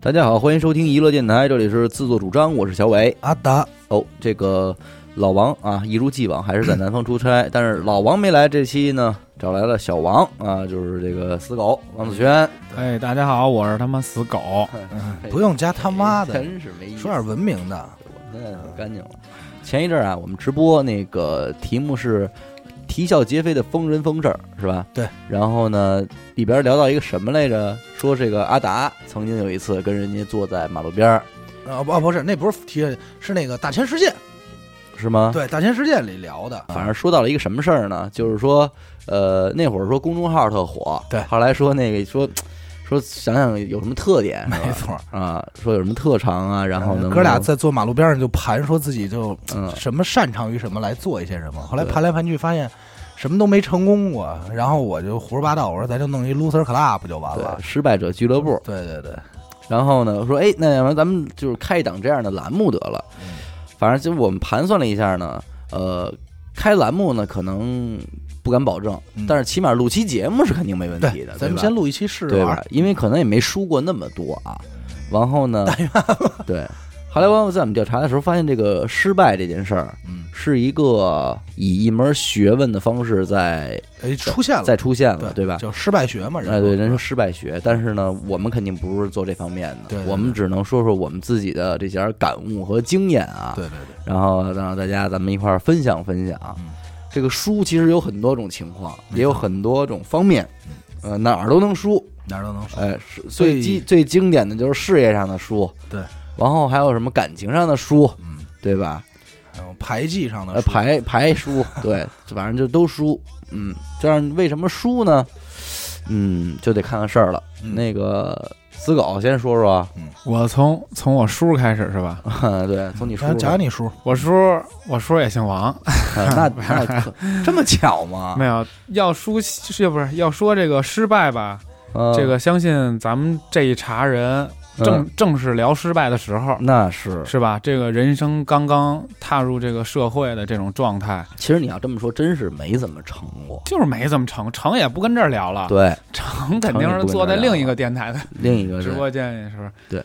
大家好，欢迎收听娱乐电台，这里是自作主张，我是小伟。阿达，哦，这个老王啊，一如既往还是在南方出差，但是老王没来，这期呢找来了小王啊，就是这个死狗王子轩，哎，大家好，我是他妈死狗。不用加他妈的，真是没意思，说点文明的。我们现在很干净了。前一阵儿啊，我们直播那个题目是“啼笑皆非的疯人疯事儿”，是吧？对。然后呢，里边聊到一个什么来着？说这个阿达曾经有一次跟人家坐在马路边儿，啊不啊不是，那不是提，是那个大千世界，啊是吗？。对，大千世界里聊的。反正说到了一个什么事儿呢？就是说，呃，那会儿说公众号特火，对后来说那个说说想想有什么特点，是吧没错。嗯啊，说有什么特长啊，然后呢，哥俩在坐马路边上就盘，说自己就嗯，什么擅长于什么来做一些什么。后来对盘来盘去，发现什么都没成功过。然后我就胡说八道，我说咱就弄一 loser club 不就完对，了？失败者俱乐部，对对对，然后呢，我说哎，那要不然咱们就是开一档这样的栏目得了。嗯反正就我们盘算了一下呢，呃，开栏目呢可能不敢保证，嗯但是起码录期节目是肯定没问题对的，咱对们吧先录一期试试对玩吧儿。？因为可能也没输过那么多啊。然后 呢，对，后来我在我们调查的时候发现，这个失败这件事儿嗯，是一个以一门学问的方式在哎，出现了，在出现了，对吧？叫失败学嘛，人哎，对，人说说失败学，但是呢，我们肯定不是做这方面的，对对我们只能说说我们自己的这些感悟和经验啊，对对对，然后让大家咱们一块儿分享分享。嗯这个输其实有很多种情况，也有很多种方面，嗯呃，哪儿都能输，哪儿都能说。哎，是所最以基最经典的就是事业上的输，对，然后还有什么感情上的输，嗯，对吧？然后牌技上的呃，输排排输，对，反正就都输，嗯，这样为什么输呢？嗯，就得看看事儿了。嗯那个死狗先说说啊，我从从我叔开始是 吧？对，从你说讲说，讲你叔，我叔我叔也姓王，哎那那可这么巧吗？没有要输是不是要说这个失败吧？呃这个相信咱们这一茬人正、嗯正是聊失败的时候，那是，是吧？这个人生刚刚踏入这个社会的这种状态，其实你要这么说，真是没怎么成过。就是没怎么成，成也不跟这儿聊了，对，成 肯定是坐在另一个电台的另一个直是播间里，是不是？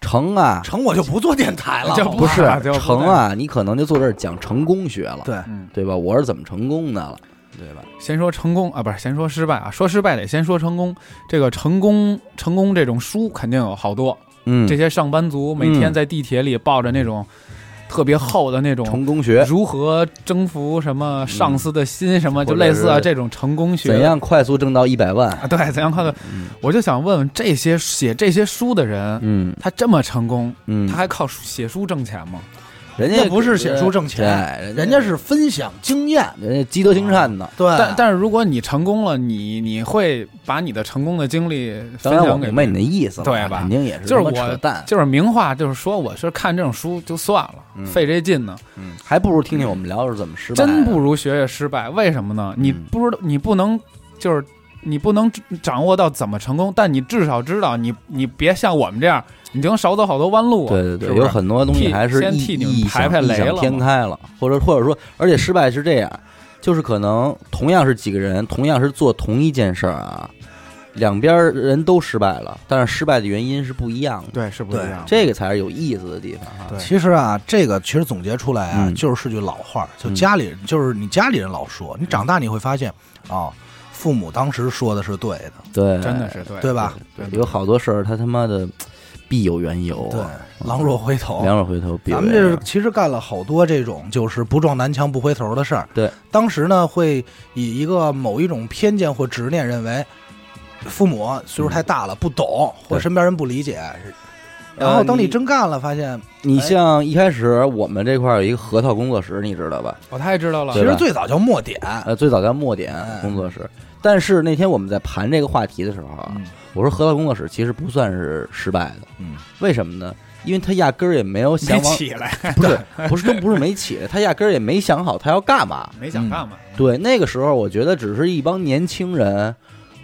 成啊，成我就不做电台 了，就好吧不是不是成啊，你可能就坐这儿讲成功学了。对嗯，对吧？我是怎么成功的了，对吧？先说成功啊，不是先说失败啊，说失败得先说成功。这个成功成功这种书肯定有好多，嗯这些上班族每天在地铁里抱着那种特别厚的那种成功学如何征服什么上司的心什嗯么，或就者类似啊是这种成功学。怎样快速挣到一百万？啊？对，怎样快乐？嗯我就想问问这些写这些书的人，嗯他这么成功，嗯他，还靠书写书挣钱吗？人人家家不是写书挣钱，对人家是分享经验。人家积德行善呢。对，但但是如果你成功了，你你会把你的成功的经历当分然我享给明白你的意思了，啊对吧肯定也是就是他妈我扯淡，就是名话，就是说我是看这种书就算了，嗯费这劲呢，嗯还不如听听我们聊是怎么失败啊的。真不如学学失败。为什么呢？你嗯不知道，你不能就是你不能掌握到怎么成功，但你至少知道你你别像我们这样，你就能少走好多弯路啊。对对对，是不是有很多东西还是先异替你们异排想排异雷想了天嘛开了，或者或者说，而且失败是这样，就是可能同样是几个人，同样是做同一件事儿啊，两边儿人都失败了，但是失败的原因是不一样的，对，是不一样。这个才是有意思的地方哈。对其实啊，这个其实总结出来啊，嗯就是句老话儿，就嗯家里人，就是你家里人老说，你长大你会发现啊、父母当时说的是对的，呃对，真的是对对吧？对有好多事儿，他他妈的必有缘由对啊，，哎狼若回头。两手回头必有咱们缘这由是。其实干了好多这种就是不撞南墙不回头的事儿。对，当时呢会以一个某一种偏见或执念认为，父母岁数太大了不懂，或者对身边人不理解。然呃后当你你真干了，发现你哎像一开始我们这块儿有一个核桃工作室，你知道吧？我太知道了其对。吧实最早叫墨点，呃，最早叫墨点哎工作室，但是那天我们在盘这个话题的时候啊，嗯我说核桃工作室其实不算是失败的，嗯，为什么呢？因为他压根儿也没有想没往，起来，不是不是都不是没起，他压根儿也没想好他要干嘛。没想干嘛？对，那个时候我觉得只是一帮年轻人，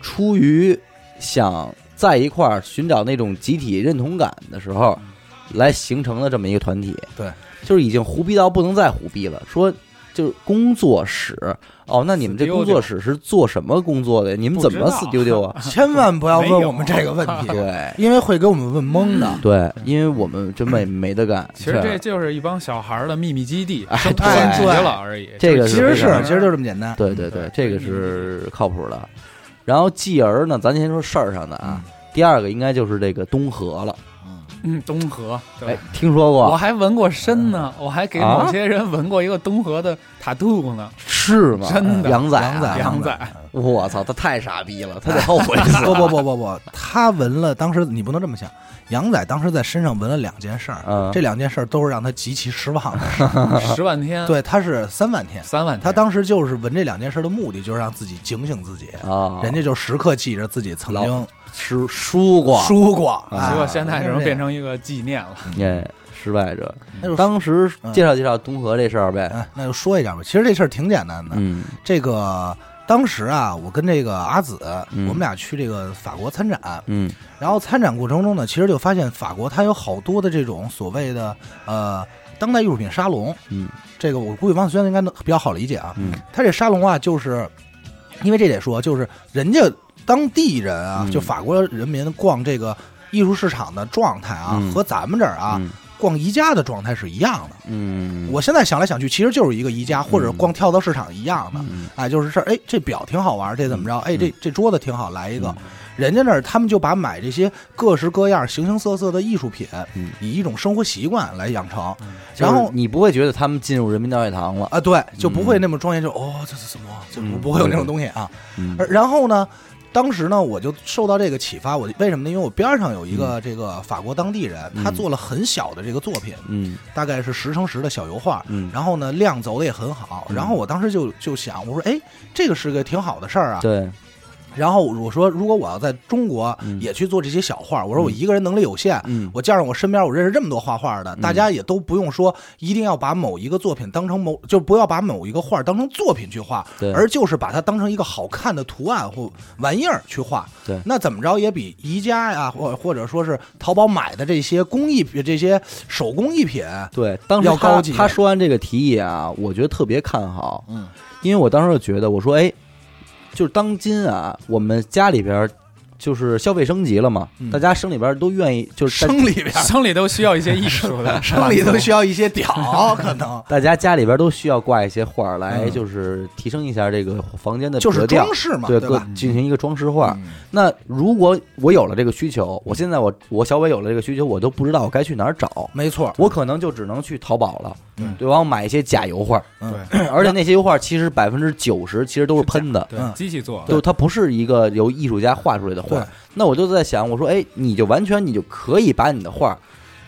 出于想在一块儿寻找那种集体认同感的时候，嗯来形成的这么一个团体。对，就是已经胡逼到不能再胡逼了，说就是工作室哦，那你们这死丢工丢作室是做什么工作的呀？你们不怎知么道死丢丢 啊？千万不要没问有我们这个问题，对 因为会给我们问懵的。对，因为我们真 没没得干。其实这就是一帮小孩儿的秘密基地，哎生对升级了而已。这个其实是这是，其实就这么简单。对对对嗯对，这个是靠谱的。然后继而呢，咱先说事儿上的啊，第二个应该就是这个东河了。嗯，东河，哎对，，听说我过还纹过身呢，嗯我还给啊某些人纹过一个东河的塔兔呢。是吗？真的羊仔啊，羊仔羊仔，我操，他太傻逼了，他得后悔死。 不不不不不，他纹了，当时你不能这么想。杨仔当时在身上纹了两件事儿，嗯这两件事儿都是让他极其失望的。 十万天，，对，他是三万天，三万天。他当时就是纹这两件事儿的目的，就是让自己警醒自己。啊，人家就时刻记着自己曾经输输过，输过，啊结啊果现在只能变成一个纪念了。哎，失败者。那就当时介绍介绍东河这事儿呗。哎那就说一下吧。其实这事儿挺简单的，嗯这个当时啊，我跟这个阿紫，嗯我们俩去这个法国参展，嗯然后参展过程中呢，其实就发现法国它有好多的这种所谓的呃当代艺术品沙龙，嗯这个我估计王轩应该能比较好理解啊。嗯它这沙龙啊，就是因为这得说，就是人家当地人啊，嗯就法国人民逛这个艺术市场的状态啊，嗯和咱们这儿啊、嗯逛宜家的状态是一样的。嗯，我现在想来想去，其实就是一个宜家或者嗯逛跳蚤市场一样的。嗯哎，就是这儿，哎，这表挺好玩儿，这怎么着？哎，嗯这这桌子挺好，来一个。嗯人家那儿他们就把买这些各式各样、形形色色的艺术品，嗯以一种生活习惯来养成。就是然后你不会觉得他们进入人民大会堂了。啊，对，就不会那么庄严，就哦，这是什么？就不嗯不会有那对种对东西啊。嗯而然后呢，当时呢，我就受到这个启发。我为什么呢？因为我边上有一个这个法国当地人，他嗯做了很小的这个作品，嗯大概是十乘十的小油画。嗯，然后呢，量走的也很好。然后我当时就就想，我说，哎，这个是个挺好的事儿啊。对，然后我说，如果我要在中国嗯也去做这些小画，我说我嗯一个人能力有限，嗯我叫上我身边我认识这么多画画的，嗯大家也都不用说一定要把某一个作品当成某，就不要把某一个画当成作品去画，对，而就是把它当成一个好看的图案或玩意儿去画。对那怎么着也比宜家呀，或或者说是淘宝买的这些工艺这些手工艺品，对，当时要他高级他说完这个提议啊，我觉得特别看好，嗯，因为我当时就觉得，我说哎，就是当今啊，我们家里边儿就是消费升级了嘛，嗯大家生里边儿都愿意，就是大生里边儿生理都需要一些艺 术的，生里头需要一些 屌，可能大家家里边儿都需要挂一些画儿来，嗯就是提升一下这个房间的就是格调装，饰嘛，对，各吧？进行一个装饰画。嗯那如果我有了这个需求，我现在我我小伟有了这个需求，我都不知道我该去哪儿找，没错，我可能就只能去淘宝了，嗯对吧？我买一些假油画，对而且那些油画其实百分之九十其实都是喷的，对嗯机器做的，就它不是一个由艺术家画出来的画对。那我就在想，我说，哎，你就完全你就可以把你的画，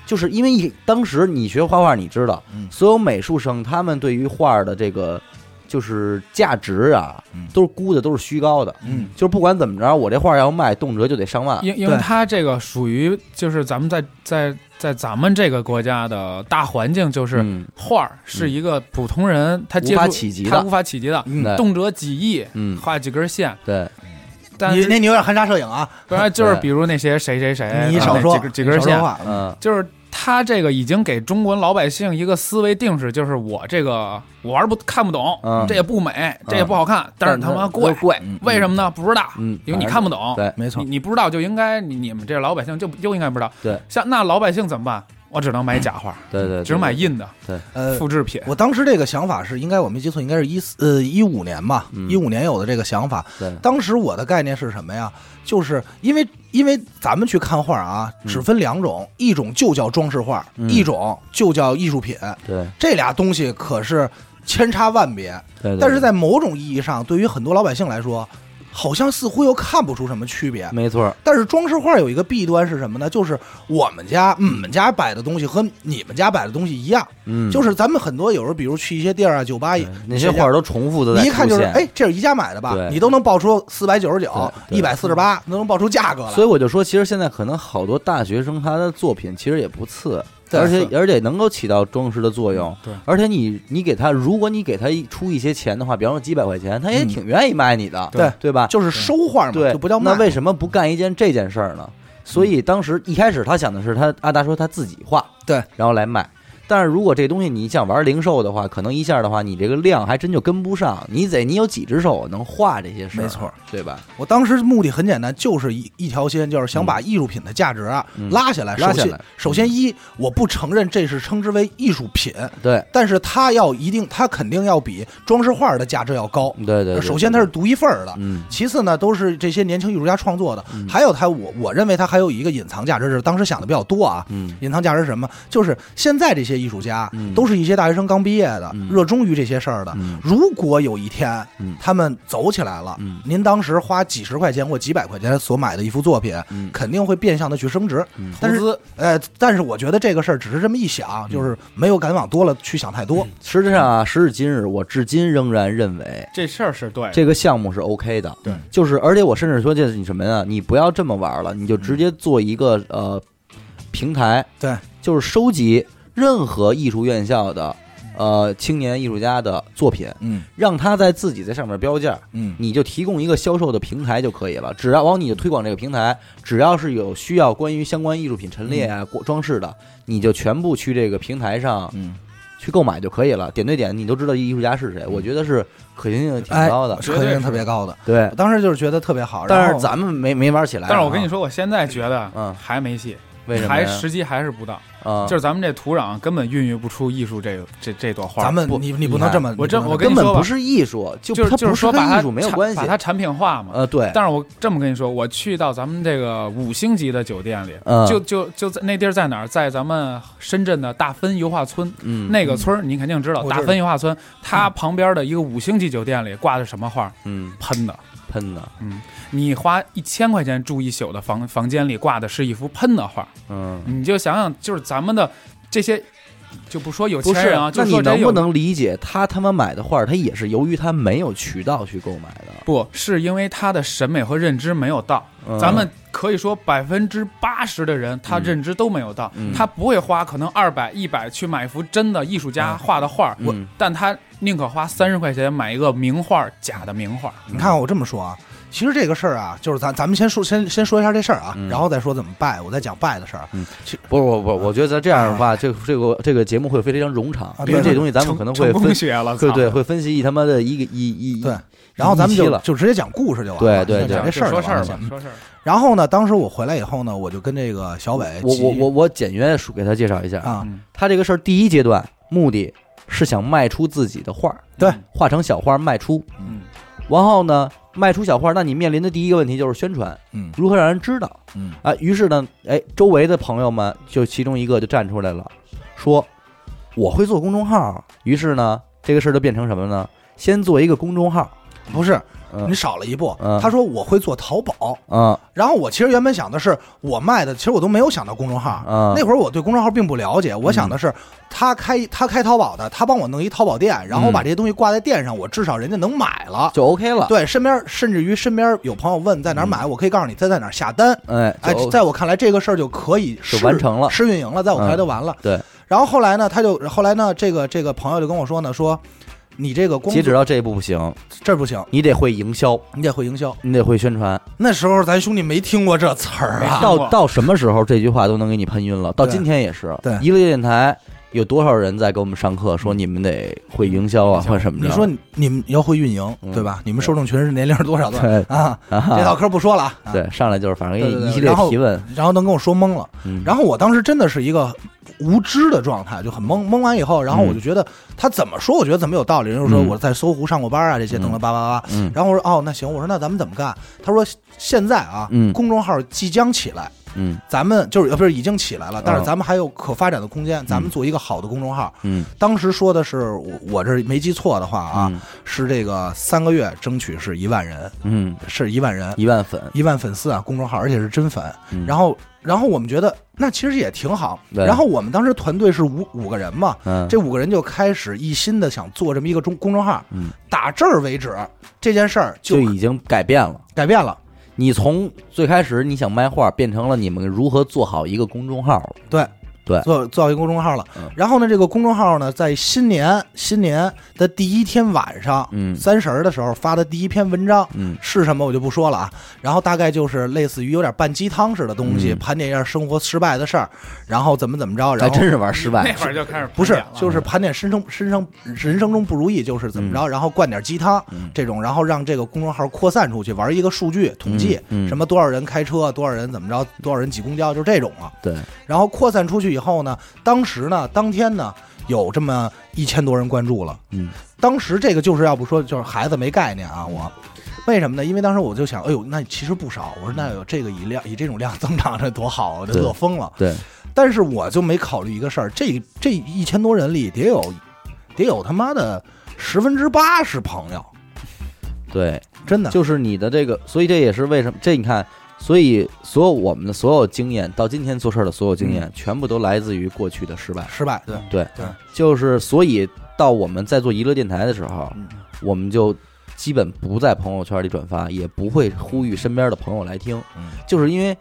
就是因为一当时你学画画，你知道，嗯所有美术生他们对于画的这个就是价值啊嗯，都是估的，都是虚高的。嗯就是不管怎么着，我这画要卖，动辄就得上万。因因为对它这个属于就是咱们在在在咱们这个国家的大环境，就是嗯，画儿是一个普通人他接无法触企及他的无法企及的，对嗯，动辄几亿，嗯，画几根线，对，但嗯你是那你有点含沙射影啊，不然就是对比如那些谁谁哎谁，你然少后那说几根几根少说线，话，嗯，就是他这个已经给中国老百姓一个思维定式，就是我这个我玩不看不懂，嗯这也不美，这也不好看，但是他妈贵，贵嗯为什么呢？不知道，嗯，因为你看不懂，对，没错你，你不知道就应该你你们这老百姓就就应该不知道，对，像那老百姓怎么办？我只能买假画，对对对，只买印的呃，复制品，我当时这个想法是，应该我没记错，应该是一四呃一五年吧，嗯一五年有的这个想法。对，当时我的概念是什么呀？就是因为因为咱们去看画啊，嗯只分两种，一种就叫装饰画，嗯一种就叫艺术品。对这俩东西可是千差万别，对对，但是对在某种意义上，对于很多老百姓来说，好像似乎又看不出什么区别。没错，但是装饰画有一个弊端是什么呢？就是我们家、你们家摆的东西和你们家摆的东西一样，嗯，就是咱们很多有时候，比如去一些地儿啊、酒吧，对那些画都重复的在你出现，一看就是，哎，这是宜家买的吧对？你都能报出四百九十九、对一百四十八，都能报出价格来。所以我就说，其实现在可能好多大学生他的作品其实也不次，对而且是而且能够起到装饰的作用。对而且你你给他，如果你给他一出一些钱的话，比方说几百块钱，他也嗯挺愿意卖你的，对对吧？就是收画嗯嘛，对，就不叫卖嗯那。为什么不干一件这件事儿呢？所以当时一开始他想的是他阿达说他自己画，对，然后来卖。但是如果这东西你想玩零售的话，可能一下的话，你这个量还真就跟不上。你得你有几只手能画这些事儿，啊没错，对吧？我当时目的很简单，就是一一条心，就是想把艺术品的价值啊、嗯拉下来。拉下首来先，首先一，我不承认这是称之为艺术品，对，但是它要一定，它肯定要比装饰画的价值要高。嗯对对对。首先，它是，独一份儿的。嗯，其次呢，都是这些年轻艺术家创作的，嗯还有它，我我认为它还有一个隐藏价值，这是当时想的比较多啊。嗯隐藏价值是什么？就是现在这些艺术家嗯都是一些大学生刚毕业的，嗯热衷于这些事儿的。嗯如果有一天嗯他们走起来了，嗯您当时花几十块钱或几百块钱所买的一幅作品，嗯肯定会变相的去升值。嗯但投是，资呃，但是我觉得这个事儿只是这么一想，就是没有敢往多了去想太多。实际上啊，时至今日，我至今仍然认为这事儿是哎对的，这个项目是 OK 的。对，就是而且我甚至说，就是你什么呀？你不要这么玩了，你就直接做一个呃平台，嗯对，就是收集任何艺术院校的呃青年艺术家的作品，嗯让他在自己在上面标价。嗯你就提供一个销售的平台就可以了。只要往你就推广这个平台，只要是有需要关于相关艺术品陈列啊、过装饰的，你就全部去这个平台上嗯，去购买就可以了。点对点，你都知道艺术家是谁，我觉得是可行性挺哎高的。是绝肯对定是特别高的。对我，当时就是觉得特别好，但然是后咱们没没玩起来啊。但是我跟你说，我现在觉嗯得还没戏，为什么还呀？时机还是不到，啊，就是咱们这土壤根本孕育不出艺术这个这这朵花儿。咱们不你你不你能看这么，我这你不能我跟根你本说吧不是艺术，就就是它就不是说跟把它艺术没有产关系把。它产品化嘛。呃，对，但是我这么跟你说，我去到咱们这个五星级的酒店里，嗯就就就在那地儿在哪儿？在咱们深圳的大分油画村。嗯，那个村儿你肯定知道，我知道大分油画村，它旁边的一个五星级酒店里挂的什么画？嗯喷的。嗯喷的，你花一千块钱住一宿的房房间里挂的是一幅喷的画，嗯，你就想想，就是咱们的这些，就不说有不钱是人啊，。那就你说这能些不有能理解他他妈买的画儿，他也是由于他没有渠道去购买的。不是因为他的审美和认知没有到，嗯咱们可以说百分之八十的人他嗯认知都没有到，嗯他不会花可能二百一百去买一幅真的艺术家画的画，嗯我但他宁可花三十块钱买一个名画，假的名画。你看我这么说啊，其实这个事儿啊，就是咱咱们先说先先说一下这事儿啊，嗯然后再说怎么败，我再讲败的事儿。不是不不，我觉得咱这样的话，这这个这个节目会非常冗长啊，因为对这东西咱们成可能会成功分，学了，对操对，，会分析一他妈的一个一一对一然后咱们一期就了就直接讲故事就完了，对对就讲这事儿说就事儿完吧了。，说事儿。然后呢，当时我回来以后呢，我就跟这个小伟我急我我我简约给他介绍一下，哎啊，嗯他这个事儿第一阶段目的是想卖出自己的画儿，对画成小画儿卖出，嗯，然后呢卖出小画儿，那你面临的第一个问题就是宣传，嗯如何让人知道嗯啊？于是呢，哎，周围的朋友们就其中一个就站出来了，说我会做公众号，于是呢这个事儿就变成什么呢？先做一个公众号，不是嗯你少了一步嗯，他说我会做淘宝。嗯然后我其实原本想的是，我卖的，其实我都没有想到公众号。嗯，那会儿我对公众号并不了解，我想的是，他开他开淘宝的，他帮我弄一淘宝店，然后我把嗯这些东西挂在店上，我至少人家能买了。就 OK 了。对，身边甚至于身边有朋友问在哪嗯儿买，我可以告诉你他在哪儿下单。哎，哎就，在我看来，这个事儿就可以就是完成了嗯试运营了，在我看来就完了。对，然后后来呢，他就后来呢，这个这个朋友就跟我说呢，说你这个光截止到这一步不行，这儿不行，你得会营销，你得会营销。你得会宣传。那时候咱兄弟没听过这词儿没 啊，听到过到什么时候这句话都能给你喷晕了？到对今天也是，对嗯一个电台有多少人在给我们上课，说你们得会营销啊，营销或者什么着？你说你你们要会运营嗯对吧？你们受众群是年龄是多少段对啊？这 套啊，嗑不说了啊。啊，对，上来就是反正给对对你一系对列然后提问，然后能跟我说懵了。嗯，然后我当时真的是一个无知的状态，就很懵。懵完以后，然后我就觉得他怎么说，我觉得怎么有道理。人就说嗯我在搜狐上过班啊，这些等等叭叭叭。嗯然后我说哦，那行，我说那咱们怎么干？他说现在啊，嗯公众号即将起来，嗯咱们就是呃不是已经起来了，嗯但是咱们还有可发展的空间，咱们做一个好的公众号。嗯当时说的是我我这没记错的话啊，嗯是这个三个月争取是一万人，嗯，是一万人，一万粉，一万粉丝啊，公众号，而且是真粉。嗯然后，然后我们觉得那其实也挺好。对然后我们当时团队是五五个人嘛，嗯，这五个人就开始一心的想做这么一个中公众号。嗯，打这儿为止，这件事儿就就已经改变了。改变了。你从最开始你想卖画，变成了你们如何做好一个公众号了。对，对做做一个公众号了嗯。然后呢，这个公众号呢，在新年新年的第一天晚上，嗯三十儿的时候发的第一篇文章。嗯是什么我就不说了啊，然后大概就是类似于有点拌鸡汤似的东西，嗯盘点一下生活失败的事儿，然后怎么怎么着，然还后真是玩失败那，会儿就开始不是盘点，了就是盘点身生身生人生中不如意，就是怎么着，然后灌点鸡汤嗯这种，然后让这个公众号扩散出去，玩一个数据统计，嗯嗯什么多少人开车，多少人怎么着，多少人挤公交，就这种啊。对，然后扩散出去以后呢，当时呢，当天呢，有这么一千多人关注了。嗯当时这个就是要不说就是孩子没概念啊，我为什么呢？因为当时我就想，哎呦，那其实不少。我说那有这个以量以这种量增长，这多好啊，我就对乐疯了。对，但是我就没考虑一个事儿，这这一千多人里得有得有他妈的十分之八是朋友，对，真的。就是你的这个，所以这也是为什么这你看，所以所有我们的所有经验，到今天做事儿的所有经验，全部都来自于过去的失败。失败，对，对对，就是所以到我们在做娱乐电台的时候，嗯我们就基本不在朋友圈里转发，也不会呼吁身边的朋友来听，嗯就是因为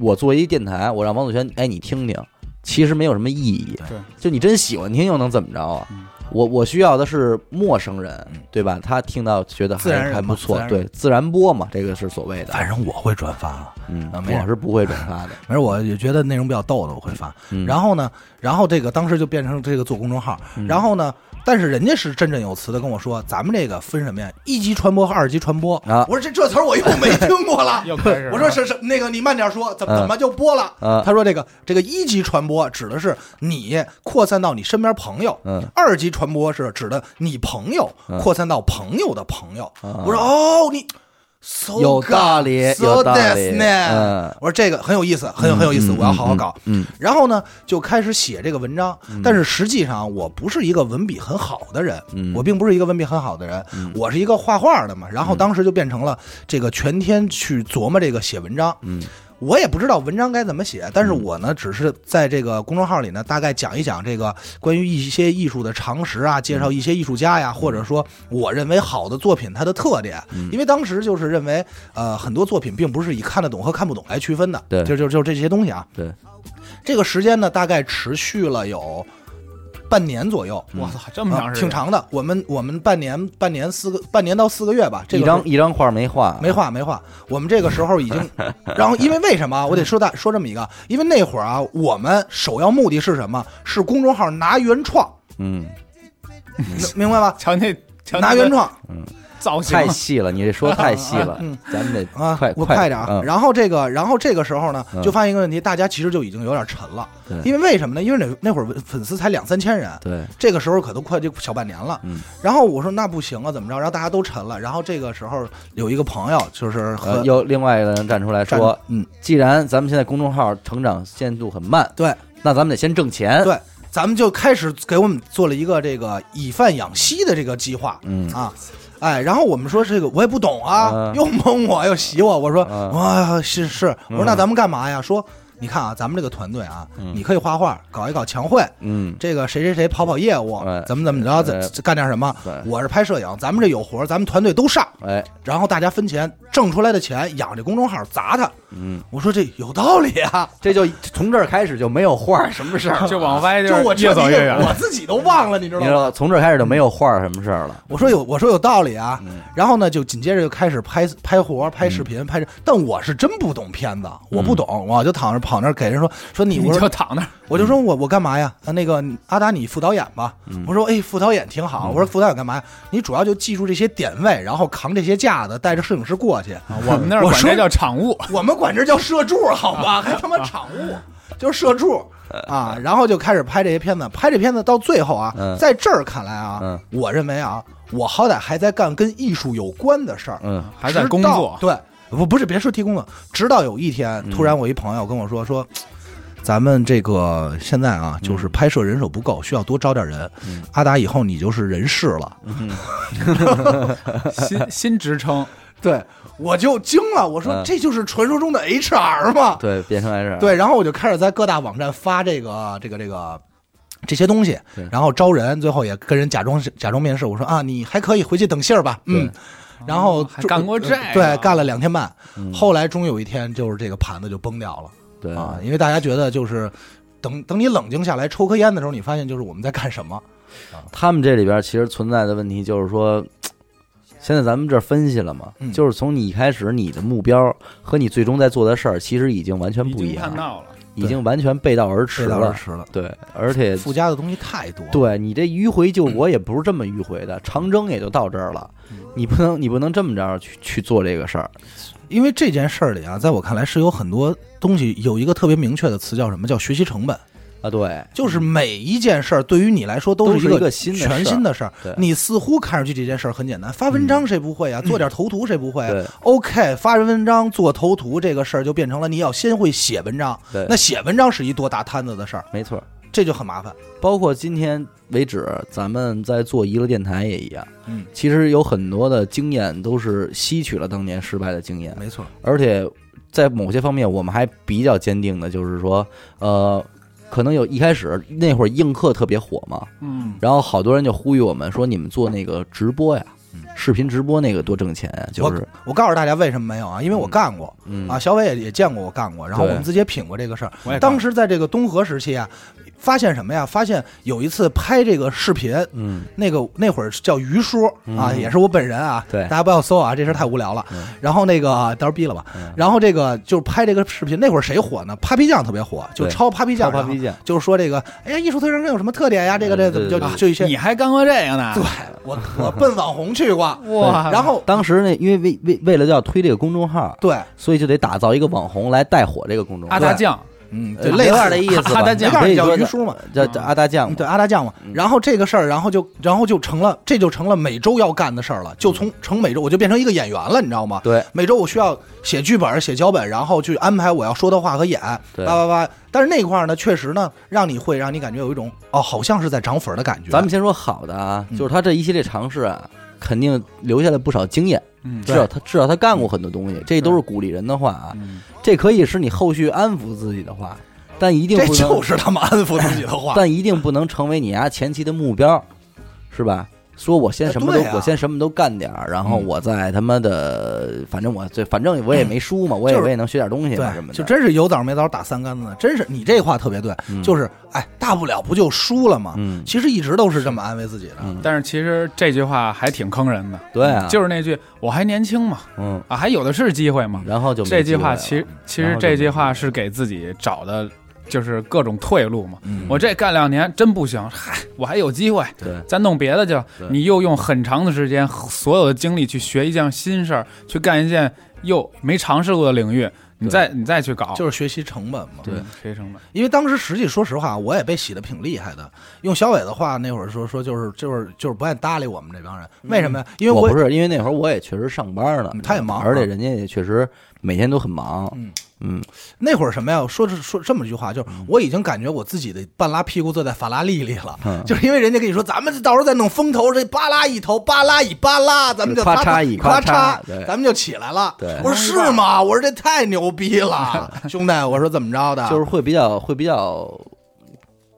我作为一电台，我让王祖轩，哎，你听听。其实没有什么意义，对，就你真喜欢听又能怎么着啊嗯？，我我需要的是陌生人嗯，对吧？他听到觉得自然还人还嘛不错自，然人对，自然播嘛，这个是所谓的。反正我会转发啊，嗯，啊没事我是不会转发的。反正我也觉得内容比较逗的，我会发。嗯，然后呢，然后这个当时就变成这个做公众号，嗯然后呢，但是人家是振振有词的跟我说，咱们这个分什么呀？一级传播和二级传播啊我说这这词儿我又没听过了 又开始了。我说是是那个你慢点说，怎嗯么怎么就播了？嗯他说这个这个一级传播指的是你扩散到你身边朋友，嗯二级传播是指的你朋友嗯扩散到朋友的朋友。嗯我说哦，你 so 有道理 good，有 so 道理 this 嗯呢。我说这个很有意思，很有很有意思，我要好好搞。嗯，然后呢，就开始写这个文章。但是实际上，我不是一个文笔很好的人，嗯我并不是一个文笔很好的人，我是一个画画的嘛。然后当时就变成了这个全天去琢磨这个写文章。嗯我也不知道文章该怎么写，但是我呢，只是在这个公众号里呢，大概讲一讲这个关于一些艺术的常识啊，介绍一些艺术家嗯呀，或者说我认为好的作品它的特点。因为当时就是认为，呃，很多作品并不是以看得懂和看不懂来区分的，对就就就这些东西啊。对，这个时间呢，大概持续了有半年左右，嗯我操，这么啊长时间，挺。长的。我们我们半年半年四个半年到四个月吧，这一个张一张画没画，没画没画，我们这个时候 已经，然后因为为什么啊我得说大说这么一个，因为那会儿啊，我们首要目的是什么？是公众号拿原创，嗯，明明 白吧？瞧那瞧那拿个原创造型啊太细了，你这说太细了 嗯，咱们得啊，快我快点啊！嗯然后这个，然后这个时候呢嗯，就发现一个问题，大家其实就已经有点沉了对，因为为什么呢？因为那那会儿粉丝才两三千人，对，这个时候可都快这小半年了，嗯然后我说那不行啊，怎么着？然后大家都沉了，然后这个时候有一个朋友就是和、呃，有另外一个人站出来站说，嗯，既然咱们现在公众号成长限度很慢，对那咱们得先挣钱。对，咱们就开始给我们做了一个这个以贩养吸的这个计划，嗯啊。哎，然后我们说这个我也不懂啊，嗯又蒙我又洗我，我说嗯啊是是，我说那咱们干嘛呀？说你看啊，咱们这个团队啊，你可以画画，搞一搞墙绘，嗯，这个谁谁谁跑跑业务哎，怎么怎么着，怎哎干点什么对？我是拍摄影，咱们这有活，咱们团队都上，哎，然后大家分钱，挣出来的钱养这公众号砸它。嗯，我说这有道理啊，这就从这儿开始就没有画什么事儿了， 就往歪就我越这走理越解远我了。自己都忘了，你知道你知吗？道，从这儿开始就没有画什么事儿了。我说有，我说有道理啊。然后呢，就紧接着就开始拍拍活、拍视频、拍这。但我是真不懂片子，我不懂，我就躺着跑那儿给人说说你， 你我就说躺那儿，我就说我我干嘛呀？啊，那个阿达你副导演吧。我说哎，副导演挺好。我说副导演干嘛呀？你主要就记住这些点位，然后扛这些架子，带着摄影师过去。啊我们那儿我管说这叫场务。我们管这叫摄柱，好吧？还他妈场务，就是摄柱啊。然后就开始拍这些片子，拍这片子到最后啊，嗯在这儿看来啊，嗯我认为啊，我好歹还在干跟艺术有关的事儿，嗯还在工直到作对，不不是，别说提工作，直到有一天，突然我一朋友跟我说说。咱们这个现在啊，就是拍摄人手不够，需要多招点人。阿达，以后你就是人事了。 新新职称，哦对，我就惊了，我说嗯这就是传说中的 HR 嘛。对，变成 HR，，对，然后我就开始在各大网站发这个这个这个这些东西对，然后招人，最后也跟人假装假装面试，我说啊，你还可以回去等信儿吧，嗯。然后哦还就干过这呃对，个啊干了两天半，后来终于有一天，就是这个盘子就崩掉了嗯对啊啊！因为大家觉得就是等等你冷静下来抽颗烟的时候，你发现就是我们在干 什么。他们这里边其实存在的问题就是说，现在咱们这儿分析了嘛，嗯就是从你一开始你的目标和你最终在做的事儿，其实已经完全已不一经看样，到了，已经完全背道而驰背道而了。驰了，对，而且附加的东西太多了。对你这迂回救国也不是这么迂回的，长征也就到这儿了，你不能你不能这么着去去做这个事儿。因为这件事儿里啊，在我看来是有很多东西有一个特别明确的词叫什么？叫学习成本。啊，对，就是每一件事儿对于你来说都都是一一个新的全事儿新的事儿对。嗯你似乎看上去这件事儿很简单，发文章谁不会啊？做点头图谁不会啊对？OK，发文章做头图这个事儿就变成了你要先会写文章。对那写文章是一多大摊子的事儿，没错。这就很麻烦。包括今天为止，咱们在做娱乐电台也一样。嗯，其实有很多的经验都是吸取了当年失败的经验，没错，而且在某些方面，我们还比较坚定的，就是说，呃，可能有一开始那会儿映客特别火嘛，嗯，然后好多人就呼吁我们说，你们做那个直播呀嗯，视频直播那个多挣钱呀，就是我告诉大家为什么没有啊？因为我干过、嗯啊，小伟也也见过我干过，然后我对们自己也品过这个事儿。我也当时在这个东河时期啊，发现什么呀？发现有一次拍这个视频，嗯那个那会儿叫于叔啊，嗯也是我本人啊，对大家不要搜啊，这事儿太无聊了。嗯然后那个啊到时候逼了吧，嗯然后这个就是拍这个视频，那会儿谁火呢？Papi 酱特别火，就对抄 Papi 酱，超 Papi 然后酱嗯就是说这个，哎呀，艺术特长生有什么特点呀？这个这对怎么就啊对对就一些，啊你还干过这个呢对？我我奔网红去啊过，哇，然后当时那因为为为为了要推这个公众号，对，所以就得打造一个网红来带火这个公众号阿。达酱，嗯，呃对，有类点似的意思吧，阿达酱可以说嗯叫于叫叔嘛，叫叫阿达酱嘛，嗯对阿达酱嘛，然后这个事儿，然后就然后就成了，这就成了每周要干的事儿了，就嗯从成每周我就变成一个演员了，你知道吗？对每周我需要写剧本、写脚本，然后去安排我要说的话和演，对叭叭叭。但是那块儿呢，确实呢，让你会让你感觉有一种哦，好像是在涨粉儿的感觉。咱们先说好的啊，嗯就是他这一系列尝试啊，肯定留下了不少经验，嗯，至少他至少他干过很多东西，这都是鼓励人的话啊，嗯这可以是你后续安抚自己的话，但一定这不能就，是他们安抚自己的话。但一定不能成为你啊前期的目标，是吧？说我先什么都对，啊我先什么都干点儿，然后嗯我再他妈的，反正我这反正我也没输嘛，我也就是我也能学点东西啊嘛什么的，对，就真是有枣没枣打三竿子，真是你这话特别对，嗯就是哎，大不了不就输了吗？嗯其实一直都是这么安慰自己的。嗯，但是其实这句话还挺坑人的，对啊，就是那句我还年轻嘛，嗯，啊，还有的是机会嘛。然后就没这句机会话了嗯其实其然实后就这没句机话会是给自己找的，就是各种退路嘛。嗯我这干两年真不行，嗨，我还有机会，对咱弄别的去。对你又用很长的时间，所有的精力去学一项新事儿，去干一件又没尝试过的领域，你对再你再去搞，就是学习成本嘛，对嗯学习成本。因为当时实际说实话，我也被洗的挺厉害的。用小伟的话，那会儿说说就是就是就是不爱搭理我们这帮人，为什么呀？因为我我不是因为那会儿我也确实上班呢嗯，他也忙而且人家也确实每天都很忙。嗯嗯那会儿什么呀？说是说这么一句话，就是我已经感觉我自己的半拉屁股坐在法拉利里了，嗯就是因为人家跟你说咱们到时候再弄风投，这巴拉一头，巴拉一巴拉，咱们就咔嚓嚓一咔咔嚓对咱们就起来了。对我说是吗？我说这太牛逼了，兄弟，我说怎么着的？就是会比较会比较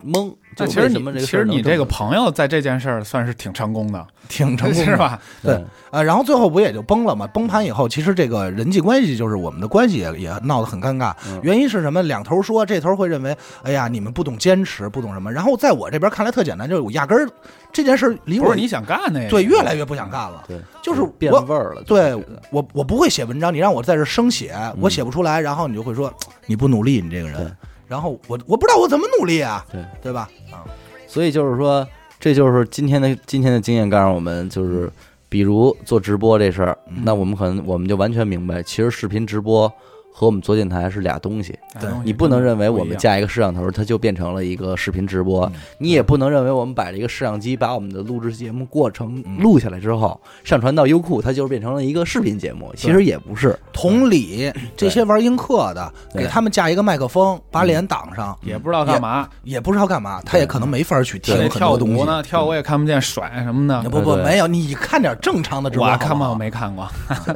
懵。但就其实为什么你这个其事实儿能你这么这个朋友在这件事儿算是挺成功的，挺成功的 是？吧？对对啊，然后最后不也就崩了嘛？崩盘以后，其实这个人际关系就是我们的关系也也闹得很尴尬。嗯原因是什么？两头说，这头会认为，哎呀，你们不懂坚持，不懂什么。然后在我这边看来特简单，就是我压根儿这件事儿离不我是你想干的呀？对越来越不想干了。对，就是变我味儿了。就对觉得嗯我我不会写文章，你让我在这生写，我写不出来，然后你就会说你不努力，你这个对人。然后我我不知道我怎么努力啊，对，对吧？啊，所以就是说，这就是今天的今天的经验告诉我们，就是比如做直播这事儿，那我们可能我们就完全明白，其实视频直播。和我们做电台是俩东西，哎，对东西你不能认为我不一们样架一个摄像头，它就变成了一个视频直播，你也不能认为我们摆了一个摄像机，把我们的录制节目过程录下来之后，上传到优酷，它就是变成了一个视频节目。其实也不是，同理，这些玩映客的，对嗯给他们架一个麦克风，把脸挡上，也不知道干嘛，也不知道干嘛，他也可能没法去听他那很跳多东舞西。呢，跳舞也看不见甩什么的。不不，对没有，你看点正常的直播我啊好不好。看过没看过？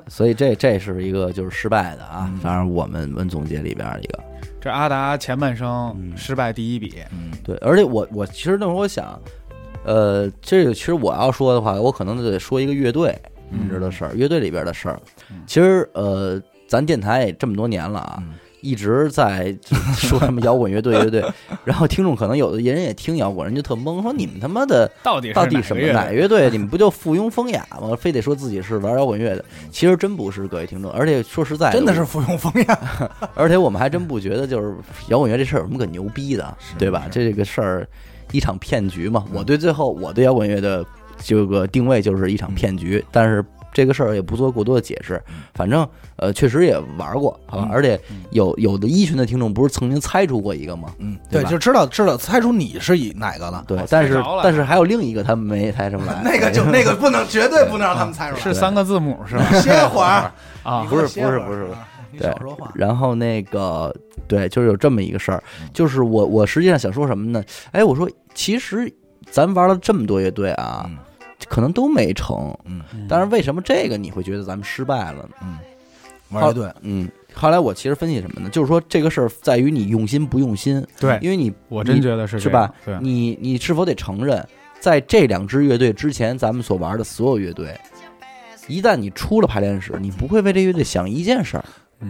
所以这这是一个就是失败的啊。当然，我们文总结里边一个这阿达前半生嗯失败第一笔，对，而且我我其实那会儿我想，呃，这个其实我要说的话，我可能得说一个乐队嗯嗯你知道的事儿，乐队里边的事儿。其实呃，咱电台也这么多年了啊，一直在说什么摇滚乐 队乐队，然后听众可能有的人也听摇滚，人就特懵，说你们他妈的到底是到底什么哪个乐哪队乐队？你们不就附庸风雅吗？非得说自己是玩摇滚乐的，嗯其实真不是，各位听众。而且说实在，真的是，附庸风雅。而且我们还真不觉得就是摇滚乐这事儿有什么可牛逼的，对吧？这个事儿一场骗局嘛。我对最后我对摇滚乐的这个定位就是一场骗局，但是这个事儿也不做过多的解释。反正呃，确实也玩过，好吧？而且有有的一群的听众不是曾经猜出过一个吗？嗯，对对，吧就知道知道猜出你是以哪个哦了。对我，猜但是着了但是还有另一个他们没猜出来， 那个就那个不能，绝对不能让他们猜出来。是三个字母 是吧？歇会儿 啊你给不我是歇会儿不是不是啊你对少说话。 然后那个对，就是有这么一个事儿，就是我我实际上想说什么呢？哎，我说其实咱玩了这么多乐队啊，嗯可能都没成，嗯但是为什么这个你会觉得咱们失败了呢？嗯，玩乐队，嗯，后来我其实分析什么呢？就是说这个事儿在于你用心不用心，对因为你我真觉得是是这样吧？对，你你是否得承认，在这两支乐队之前，咱们所玩的所有乐队。一旦你出了排练室，你不会为这乐队想一件事儿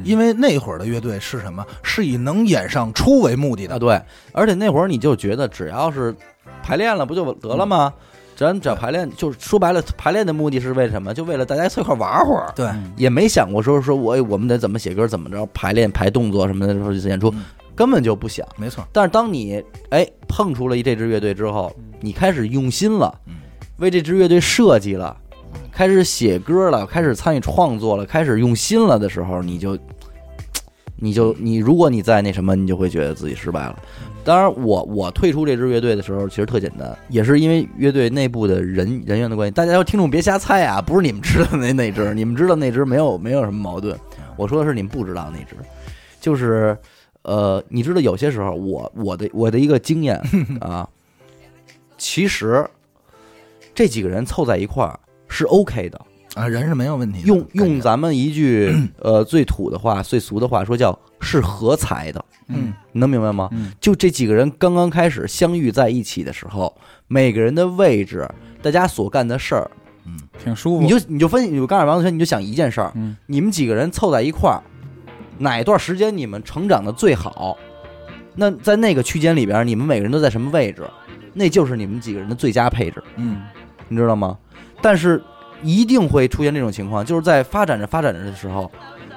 因为那会儿的乐队是什么？是以能演上出为目的啊。的。对，而且那会儿你就觉得只要是排练了，不就得了吗？咱只要排练，就是说白了，排练的目的是为什么？就为了大家凑一块儿玩会儿，对，也没想过说说我我们得怎么写歌，怎么着排练排动作什么的，说演出嗯根本就不想。没错。但是当你哎碰出了这支乐队之后，你开始用心了嗯，为这支乐队设计了，开始写歌了，开始参与创作了，开始用心了的时候，你就，你就你，如果你再那什么，你就会觉得自己失败了。当然我，我退出这支乐队的时候，其实特简单，也是因为乐队内部的人人员的关系。大家听众别瞎猜啊，不是你们知道的那那支，你们知道那支没有没有什么矛盾。我说的是你们不知道那支，就是呃，你知道有些时候我我的我的一个经验啊，其实这几个人凑在一块儿是 OK 的，啊，人是没有问题的。用感觉用咱们一句呃最土的话、最俗的话说叫是合才的，嗯你能明白吗？嗯就这几个人刚刚开始相遇在一起的时候，每个人的位置，大家所干的事儿，挺舒服，你就你就分，你就刚才王思你就想一件事儿，嗯你们几个人凑在一块儿，哪段时间你们成长的最好？那在那个区间里边，你们每个人都在什么位置？那就是你们几个人的最佳配置，嗯你知道吗？但是一定会出现这种情况，就是在发展着发展着的时候，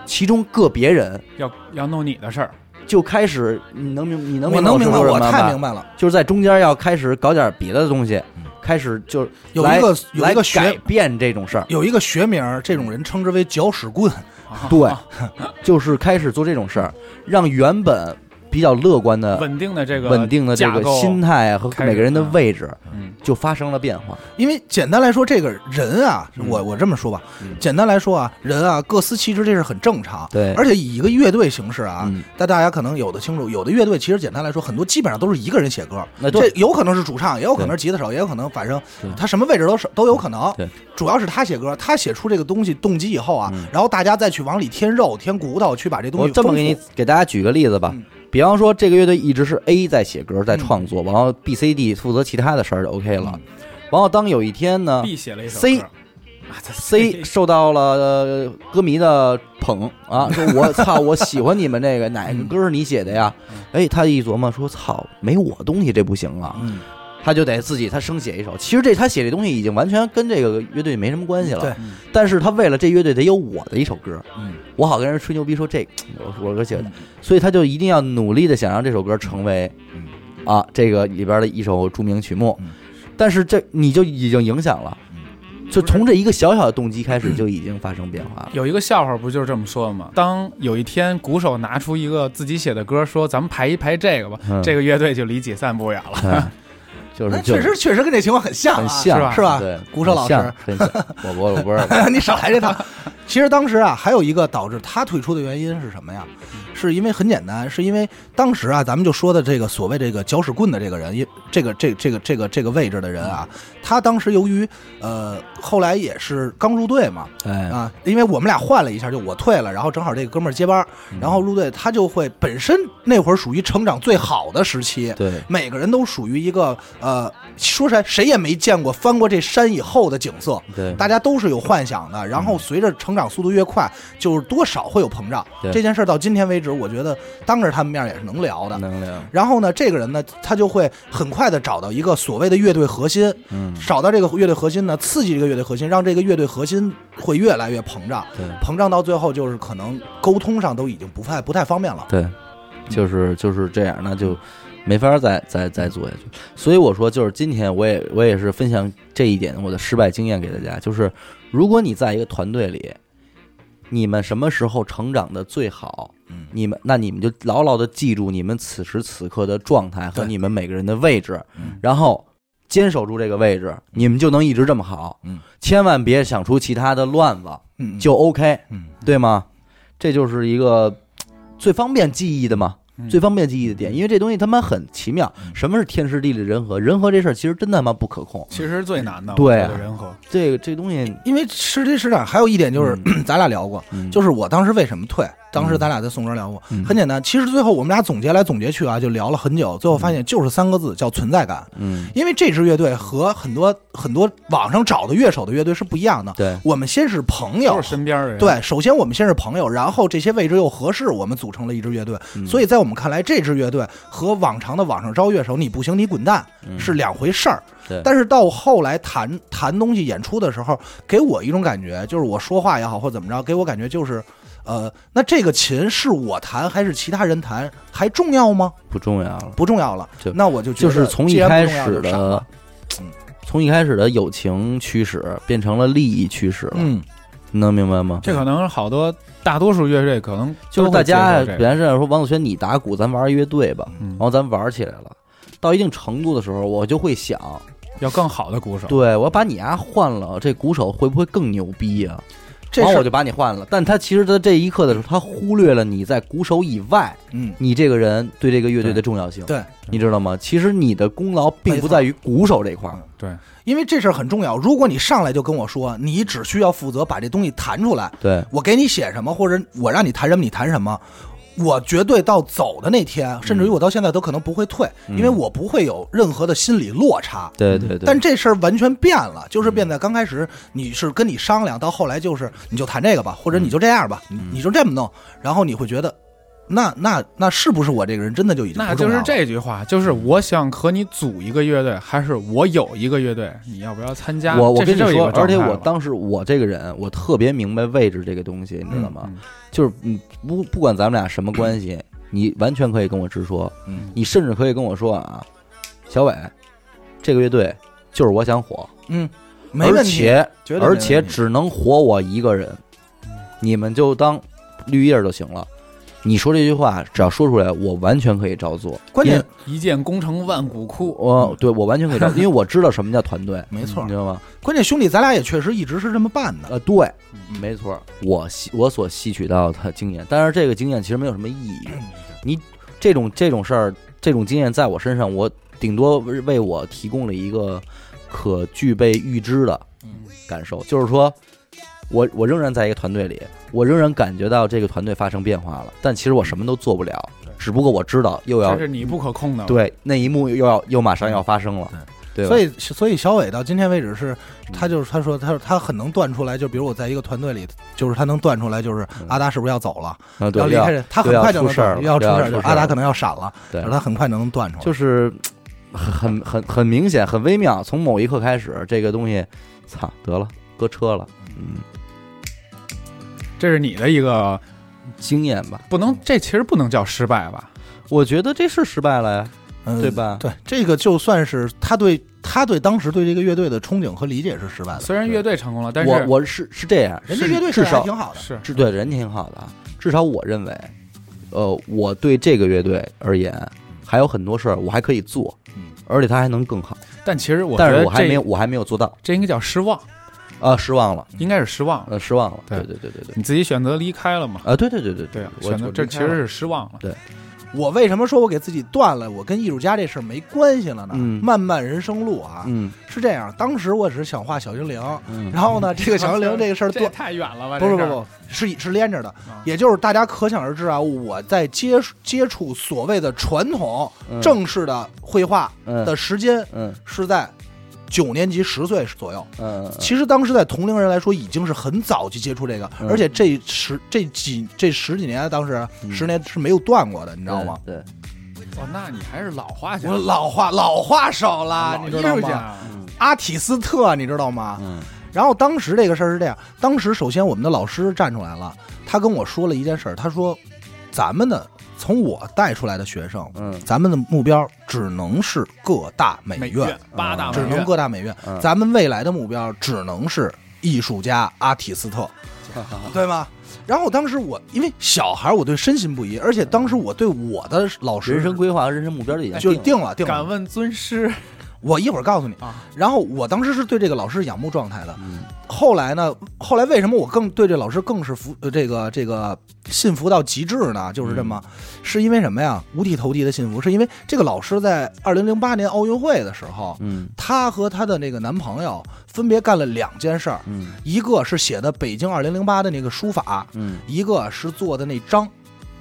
其中个别人要要弄你的事儿，就开始，你能明你能我明白能明白，说我什么吧太明白嗯了。就是在中间要开始搞点别的东西，开始就有来一个有来一个改学变这种事儿，有一个学名儿，这种人称之为搅屎棍。啊对，就是开始做这种事儿，让原本比较乐观的、稳定的这个稳定的这个架构心，态啊和开始每个人的位置嗯就发生了变化。因为简单来说，这个人啊，嗯我我这么说吧，简单来说啊，人啊各司其职，这是很正常。对而且以一个乐队形式啊嗯，但大家可能有的清楚，有的乐队其实简单来说，很多基本上都是一个人写歌，那这呃对有可能是主唱，也有可能是吉他手，也有可能反正对他什么位置都是都有可能对。嗯主要是他写歌，他写出这个东西动机以后啊，然后大家再去往里添肉、添骨头，去把这东我西这么丰给你富给大家举个例子吧嗯，比方说这个乐队一直是 A 在写歌在创作，然后 B、C、D 负责其他的事儿就 OK 了。然后当有一天呢必写了一首啊 C 歌啊 这 C 受到了呃歌迷的捧啊，说我操，我喜欢你们这 个哪个歌是你写的呀？哎，他一琢磨说，操，没我东西这不行啊，嗯，他就得自己他生写一首。其实这他写这东西已经完全跟这个乐队没什么关系了，对嗯但是他为了这乐队得有我的一首歌，嗯，我好跟人吹牛逼说这我我歌写的，所以他就一定要努力的想让这首歌成为，啊这个里边的一首著名曲目嗯，但是这你就已经影响了，就从这一个小小的动机开始就已经发生变化了。有一个笑话不就是这么说的吗？当有一天鼓手拿出一个自己写的歌，说咱们排一排这个吧，嗯这个乐队就离解散不远 了。嗯就是那哎确实确实跟这情况很像很啊，像是吧是吧对，鼓手老师啊很像，很像我我我 不是你少来这套。其实当时啊，还有一个导致他退出的原因是什么呀？是因为很简单，是因为当时啊，咱们就说的这个所谓这个搅屎棍的这个人，因这个这这个这个这个位置的人啊，他当时由于呃后来也是刚入队嘛，哎，啊，因为我们俩换了一下，就我退了，然后正好这个哥们儿接班儿，然后入队，他就会本身那会儿属于成长最好的时期，对每个人都属于一个呃，说实在谁也没见过翻过这山以后的景色，对嗯大家都是有幻想的。然后随着成长速度越快，就是多少会有膨胀。对这件事儿到今天为止，我觉得当着他们面儿也是能聊的。能量，然后呢，这个人呢，他就会很快的找到一个所谓的乐队核心，嗯，找到这个乐队核心呢，刺激这个乐队核心，让这个乐队核心会越来越膨胀，对膨胀到最后就是可能沟通上都已经不太不太方便了。对，就是嗯就是这样，那就没法再再再做下去。所以我说，就是今天我也我也是分享这一点我的失败经验给大家，就是如果你在一个团队里，你们什么时候成长的最好，嗯，你们那你们就牢牢的记住你们此时此刻的状态和对你们每个人的位置嗯，然后坚守住这个位置，你们就能一直这么好。嗯，千万别想出其他的乱子，嗯，就 OK，嗯，对吗？这就是一个最方便记忆的嘛，嗯最方便记忆的点，因为这东西他妈很奇妙。什么是天时地利人和？人和这事儿其实真他妈不可控。其实是最难的，对啊我觉得人和这个这东西，因为实际市场还有一点就是， 咱俩聊过，嗯就是我当时为什么退，当时咱俩在宋庄聊过，嗯很简单。其实最后我们俩总结来总结去啊，就聊了很久，最后嗯发现就是三个字，叫存在感。嗯，因为这支乐队和很多很多网上找的乐手的乐队是不一样的。对，我们先是朋友都，是身边的人，，对，首先我们先是朋友，然后这些位置又合适，我们组成了一支乐队。嗯所以在我们看来，这支乐队和往常的网上招乐手你不行你滚蛋嗯是两回事儿。对但是到后来谈谈东西演出的时候，给我一种感觉，就是我说话也好或怎么着，给我感觉就是，呃，那这个琴是我弹还是其他人弹还重要吗？不重要了。不重要了就。那我就觉就得是从既一然不开重要始就闪了的，嗯从一开始的友情驱使，变成了利益驱使了。嗯，你能明白吗？这可能是好多大多数乐队可能就是大家啊都会接受这本个来是想说王子轩你打鼓，咱玩乐队吧，嗯然后咱玩起来了。到一定程度的时候，我就会想，要更好的鼓手，对我把你丫、换了，这鼓手会不会更牛逼啊？这然后事我儿就把你换了。但他其实在这一刻的时候，他忽略了你在鼓手以外，嗯，你这个人对这个乐队的对重要性。对，你知道吗？其实你的功劳并不在于鼓手这块儿没。对，因为这事儿很重要。如果你上来就跟我说，你只需要负责把这东西弹出来，对，我给你写什么，或者我让你弹什么，你弹什么，我绝对到走的那天，甚至于我到现在都可能不会退，因为我不会有任何的心理落差。对嗯对对。嗯但这事儿完全变了，就是变在刚开始你是跟你商量，到后来就是你就谈这个吧，嗯或者你就这样吧，你你就这么弄，然后你会觉得，那那那是不是我这个人真的就已经那不就重要是了？这句嗯话，就是我想和你组一个乐队，还是我有一个乐队，你要不要参加？我我这跟你是这么一说，个而且状态我了当时我这个人，我特别明白位置这个东西，你知道吗？嗯就是嗯，不不管咱们俩什么关系，你完全可以跟我直说，嗯你甚至可以跟我说啊，小伟，这个乐队就是我想火，嗯，没问题，而绝且对没而问题且只能火我一个人，你们就当绿叶就行了。你说这句话，只要说出来，我完全可以照做。关键因为一见功成万骨枯，我对我完全可 以照，因为我知道什么叫团队，没错你知，道吗？关键兄弟，咱俩也确实一直是这么办的。呃，对，嗯没错，我吸我所吸取到的经验，但是这个经验其实没有什么意义。嗯你这种这种事儿，这种经验在我身上，我顶多为为我提供了一个可具备预知的嗯感受，就是说。我我仍然在一个团队里，我仍然感觉到这个团队发生变化了，但其实我什么都做不了，嗯只不过我知道又要这是你不可控的。，对那一幕又要又马上要发生了，对吧？所以，所以小伟到今天为止是，嗯他就是他说他说他很能断出来，就比如我在一个团队里，就是他能断出来，就是嗯阿达是不是要走了，啊，对要离开这，他很要快就出能事儿了断要出要事儿，出就是事儿阿达了可能要闪了，对然后他很快能哦断出来。就是是很很很明显，很微妙。从某一刻开始，这个东西，操，得了，搁车了。嗯，这是你的一个经验吧，不能，这其实不能叫失败吧？我觉得这是失败了呀，对对？吧？嗯嗯对，这个就算是他对他对当时对这个乐队的憧憬和理解是失败的，虽然乐队成功了，但是我我是是这样，人家是乐队至是还少挺好的，是至对人挺好的啊，至少我认为，呃，我对这个乐队而言，还有很多事儿我还可以做嗯，而且它还能更好。但其实我觉但得是这我还没有，我还没有做到这应该叫失望，啊，失望了，应该是失望。呃，失望了。对对对对对对，你自己选择离开了嘛？啊，对对对对对啊，我选择我这离其开实了是失望了。我为什么说我给自己断了？我跟艺术家这事儿没关系了呢？嗯漫漫人生路啊，嗯是这样。当时我只是想画小精灵，嗯 然后呢，这个小精灵这个事儿这也断，太远了吧？不这不事不儿不，是是连着的啊。也就是大家可想而知啊，我在接触接触所谓的传统嗯正式的绘画嗯的时间嗯是在九年级、十岁左右。嗯，其实当时在同龄人来说，已经是很早去接触这个，嗯而且这十这几这十几年，啊当时嗯十年是没有断过的，你知道吗？对？对，哦，那你还是老花我钱，老画老画手了，老你艺知道术吗？家，阿体斯特，你知道吗？嗯然后当时这个事儿是这样，当时首先我们的老师站出来了，他跟我说了一件事儿，他说，咱们的从我带出来的学生，嗯咱们的目标只能是各大美美院，院八大美只院，能各大美院，嗯咱们未来的目标只能是艺术家阿提斯特，对吗？然后当时我因为小孩，我对身心不一，而且当时我对我的老师 人生规划和人生目标就已经就定定了定了敢，问尊师我一会儿告诉你啊。然后我当时是对这个老师仰慕状态的，嗯后来呢？后来为什么我更对这老师更是服呃这个这个信服到极致呢？就是这么，是因为什么呀？五体投地的信服，是因为这个老师在二零零八年奥运会的时候，嗯她和她的那个男朋友分别干了两件事儿，嗯一个是写的北京二零零八的那个书法，嗯，一个是做的那章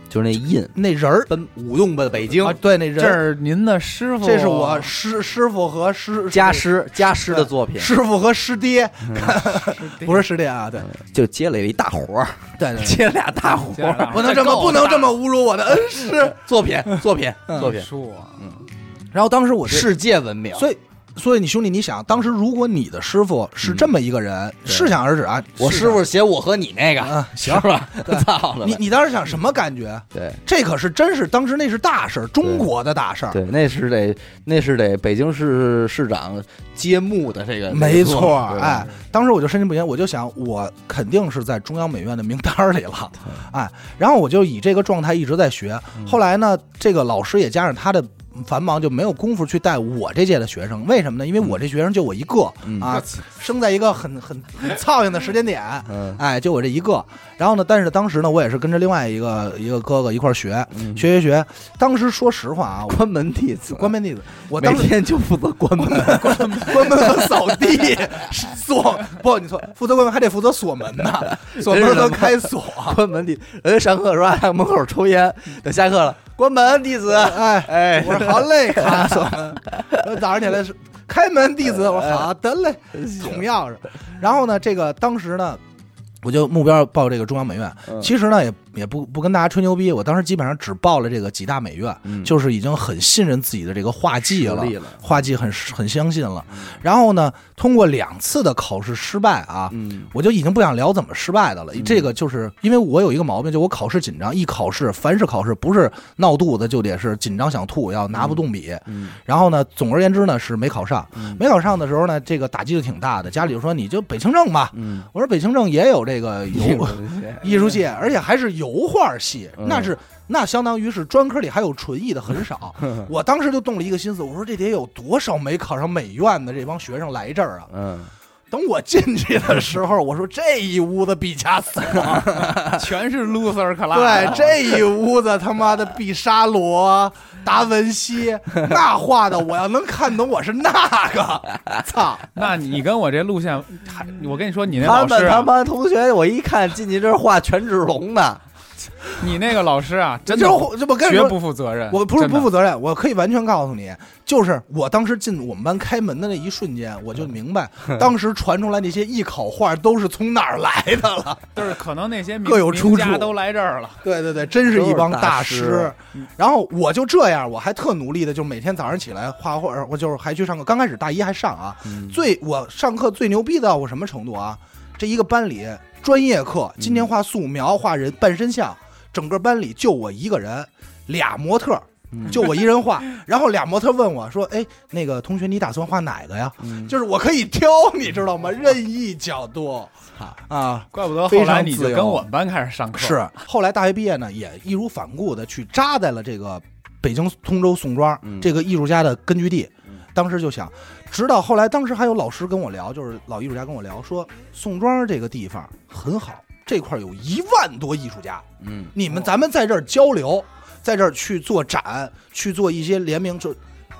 就是那印那人儿奔舞动吧 北京啊，对那人这儿，是您的师傅，这是我师师傅和师家师家师的作品，师傅和师爹，不不是师爹啊，对就接了一大活儿，对对 对。接了俩大活接了俩儿，不能这么，不能这么侮辱我的恩师。作品作品作品，术啊，然后当时嗯我是，世界闻名。所以，所以你兄弟，你想，当时如果你的师傅是这么一个人，嗯对试想而止啊，我师傅写我和你那是个，啊，是行，吧？ 操了吧，你你当时想什么感觉？对这可是真是当时那是大事儿，中国的大事儿，对，那是得那是得北京市市长揭幕的这个，没错这儿，个，哎，当时我就深信不疑，我就想，我肯定是在中央美院的名单儿里了，哎，然后我就以这个状态一直在学。嗯后来呢，这个老师也加上他的繁忙，就没有功夫去带我这届的学生。为什么呢？因为我这学生就我一个嗯啊，生在一个很很很操心的时间点，嗯哎，就我这一个。然后呢，但是当时呢，我也是跟着另外一个一个哥哥一块儿学嗯，学学学。当时说实话啊，我关门弟子，关门弟子，我每当时天就负责关门，关门和扫地、锁不，你错，负责关门还得负责锁门呢，锁门和开锁。关门弟，人家上课说啊门口抽烟，等下课了关门弟子，哎，哎，我说 好嘞，咔锁门。我早上起来是开门弟哎子，我说好的嘞，捅钥匙。然后呢，这个当时呢。我就目标报这个中央美院，嗯其实呢也也不不跟大家吹牛逼，我当时基本上只报了这个几大美院，嗯就是已经很信任自己的这个画技了实力了，嗯画技很很相信了。然后呢，通过两次的考试失败啊，嗯我就已经不想聊怎么失败的了。这个就是因为我有一个毛病，就我考试紧张，一考试凡是考试不是闹肚子就得是紧张想吐，要拿不动笔。嗯然后呢，总而言之呢是没考上。嗯没考上的时候呢，这个打击就挺大的。家里就说你就北清政吧。嗯，我说北清政也有这个油艺术系，而且还是油画系，嗯那是那相当于是专科里还有纯艺的很少。嗯我当时就动了一个心思，我说这得有多少没考上美院的这帮学生来这儿啊？嗯，等我进去的时候，我说这一屋子毕加索，全是 loser class，对，这一屋子他妈的毕沙罗、达文西，那画的，我要能看懂，我是那个，操！那你跟我这路线还，我跟你说，你那他老们师、他啊，们同学，我一看进去这是画全志龙的，你那个老师啊，真的就这不跟你绝说，不负责任，我不是真的不负责任，我可以完全告诉你，就是我当时进我们班开门的那一瞬间，我就明 白，当时传出来那些艺考画都是从哪儿来的了。就是可能那些名各有出名家处都来这儿了，对对对，真是一帮大都是大师然后我就这样，我还特努力的，就每天早上起来画画，我就是还去上课。刚开始大一还上啊，嗯最我上课最牛逼到过什么程度啊？这一个班里专业课，嗯今天画素描、画人半身像，整个班里就我一个人，俩模特。嗯就我一 人画，然后俩模特问我说：“哎，那个同学，你打算画哪个呀？”嗯就是我可以挑，你知道吗？任意角度，啊，怪不得非后常来你就自由跟我们班开始上课，是后来大学毕业呢，也义无反顾的去扎在了这个北京通州宋庄、嗯这个艺术家的根据地。嗯当时就想，直到后来，当时还有老师跟我聊，就是老艺术家跟我聊说，宋庄这个地方很好，这块儿有一万多艺术家，嗯你们咱们在这儿交哦流，在这儿去做展，去做一些联名，就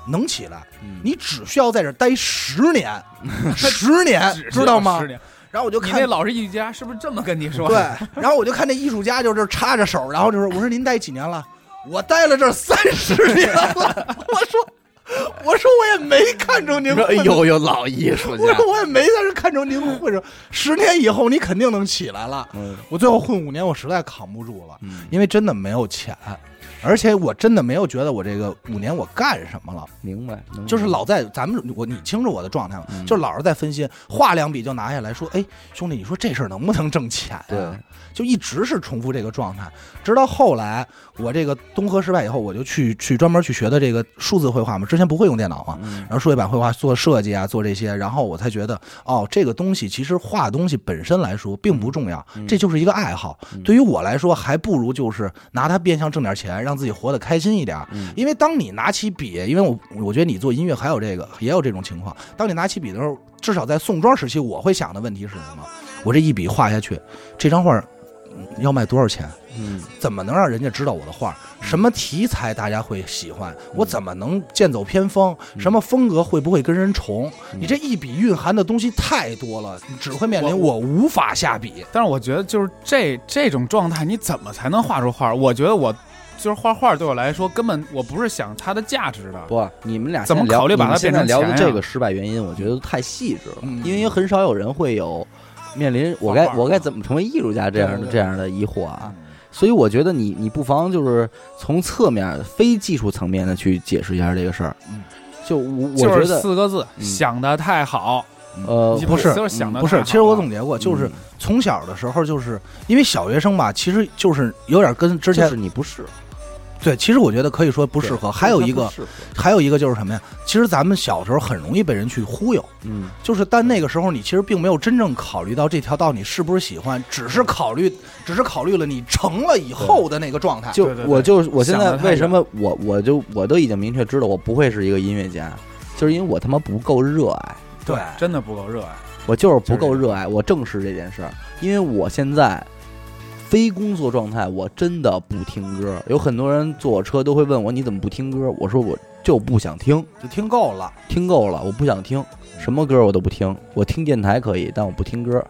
能起来。嗯你只需要在这儿待十年， 十年只，哎知道吗只有十？年然后我就你看那老师一家是不是这么跟你说？ 对，，然后我就看那艺术家就这插着手，然后就说：“我说您待几年了？我待了这三十年了。”我说：“ 我说我也没看中您你说混，哎呦呦，老艺术我家，说我也没在这看中您混着。十年以后你肯定能起来了。嗯我最后混五年，我实在扛不住了，嗯，因为真的没有钱，而且我真的没有觉得我这个五年我干什么了。明白，能就是老在咱们我你清楚我的状态了，嗯就是老是在分心，画两笔就拿下来说，哎，兄弟，你说这事儿能不能挣钱、啊？对，就一直是重复这个状态，直到后来我这个东河失败以后，我就去去专门去学的这个数字绘画嘛，之前不会用电脑嘛，嗯然后数位板绘画做设计啊，做这些，然后我才觉得哦，这个东西其实画东西本身来说并不重要，嗯这就是一个爱好。对于我来说，还不如就是拿它变相挣点钱，让自己活得开心一点。嗯因为当你拿起笔，因为我我觉得你做音乐还有这个也有这种情况，当你拿起笔的时候，至少在宋庄时期，我会想的问题是什么？我这一笔画下去，这张画嗯要卖多少钱？嗯怎么能让人家知道我的画？什么题材大家会喜欢？我怎么能剑走偏锋？什么风格会不会跟人重？你这一笔蕴含的东西太多了，你只会面临我无法下笔。但是我觉得就是这这种状态，你怎么才能画出画？我觉得我就是画画对我来说根本我不是想它的价值的。不，你们俩怎么现在聊考虑把它你们现在变成聊的钱啊呀这个失败原因，我觉得太细致了，嗯因为很少有人会有面临我画该画我该怎么成为艺术家这样对对对这样的疑惑嗯啊。所以我觉得你你不妨就是从侧面非技术层面的去解释一下这个事儿嗯。就我我就是觉得四个字，嗯想的太好。呃你不是就是想的不是，其实我总结过，嗯就是从小的时候，就是因为小学生吧，其实就是有点跟之就前是你不适对，其实我觉得可以说不不适合。还有一个，还有一个就是什么呀？其实咱们小时候很容易被人去忽悠，嗯就是但那个时候你其实并没有真正考虑到这条道你是不是喜欢，只是考虑，只是考虑了你成了以后的那个状态。就啊对对对我就我现在想得太为什么我我就我都已经明确知道我不会是一个音乐家，就是因为我他妈不够热啊爱，对，真的不够热爱。啊我就是不够热爱，我正视这件事儿，因为我现在非工作状态，我真的不听歌。有很多人坐我车都会问我你怎么不听歌，我说我就不想听，就听够了。听够了，我不想听，什么歌我都不听，我听电台可以，但我不听歌。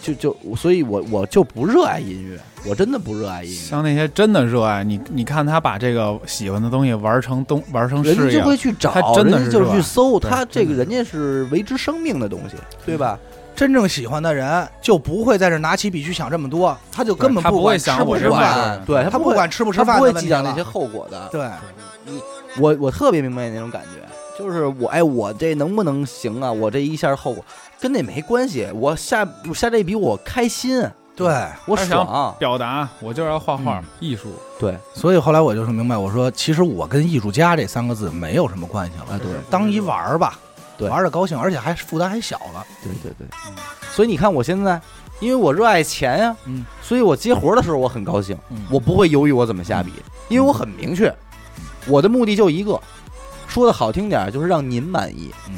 就就，所以我我就不热爱音乐，我真的不热爱音乐。像那些真的热啊爱你，你看他把这个喜欢的东西玩成东玩成人事家业就，会去找他，真的人家是就是热去爱搜，对他这个真的人家是为之生命的东西，对吧？真正喜欢的人就不会在这拿起笔去想这么多，他就根本对他不管会吃想不我吃这饭，卖对他不不管吃不不吃饭不的会问计题较那了些后果的。对，我我特别明白那种感觉，就是我哎，我这能不能行啊？我这一下后果跟那没关系，我下我下这一笔我开心，对，我他想啊爽，表达，啊我就要画画、嗯艺术。对所以后来我就是明白，我说其实我跟艺术家这三个字没有什么关系了，啊，对当一玩儿吧，对玩的高兴，而且还负担还小了。对对对，所以你看我现在，因为我热爱钱呀、嗯，所以我接活的时候我很高兴，嗯我不会犹豫我怎么下笔，因为我很明确，我的目的就一个，说的好听点儿就是让您满意，嗯，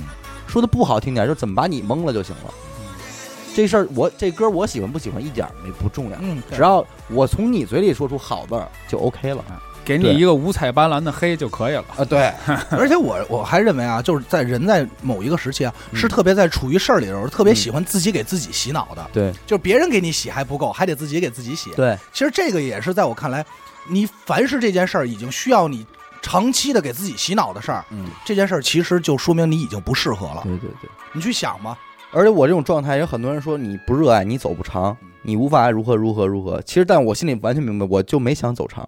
说的不好听点儿就是怎么把你蒙了就行了。这事儿我这歌我喜欢不喜欢一点儿没不重要，嗯，只要我从你嘴里说出好字儿就 OK 了。给你对呃一个五彩斑斓的黑就可以了。啊对， 而且我我还认为啊，就是在人在某一个时期啊，嗯是特别在处于事儿里的时候，特别嗯喜欢自己给自己洗脑的，对就是别人给你洗还不够，还得自己给自己洗。对，其实这个也是在我看来，你凡是这件事儿已经需要你长期的给自己洗脑的事儿，嗯，这件事儿其实就说明你已经不适合了。对对对。你去想吧，而且我这种状态，有很多人说你不热爱，你走不长，你无法如何如何如何。其实，但我心里完全明白，我就没想走长，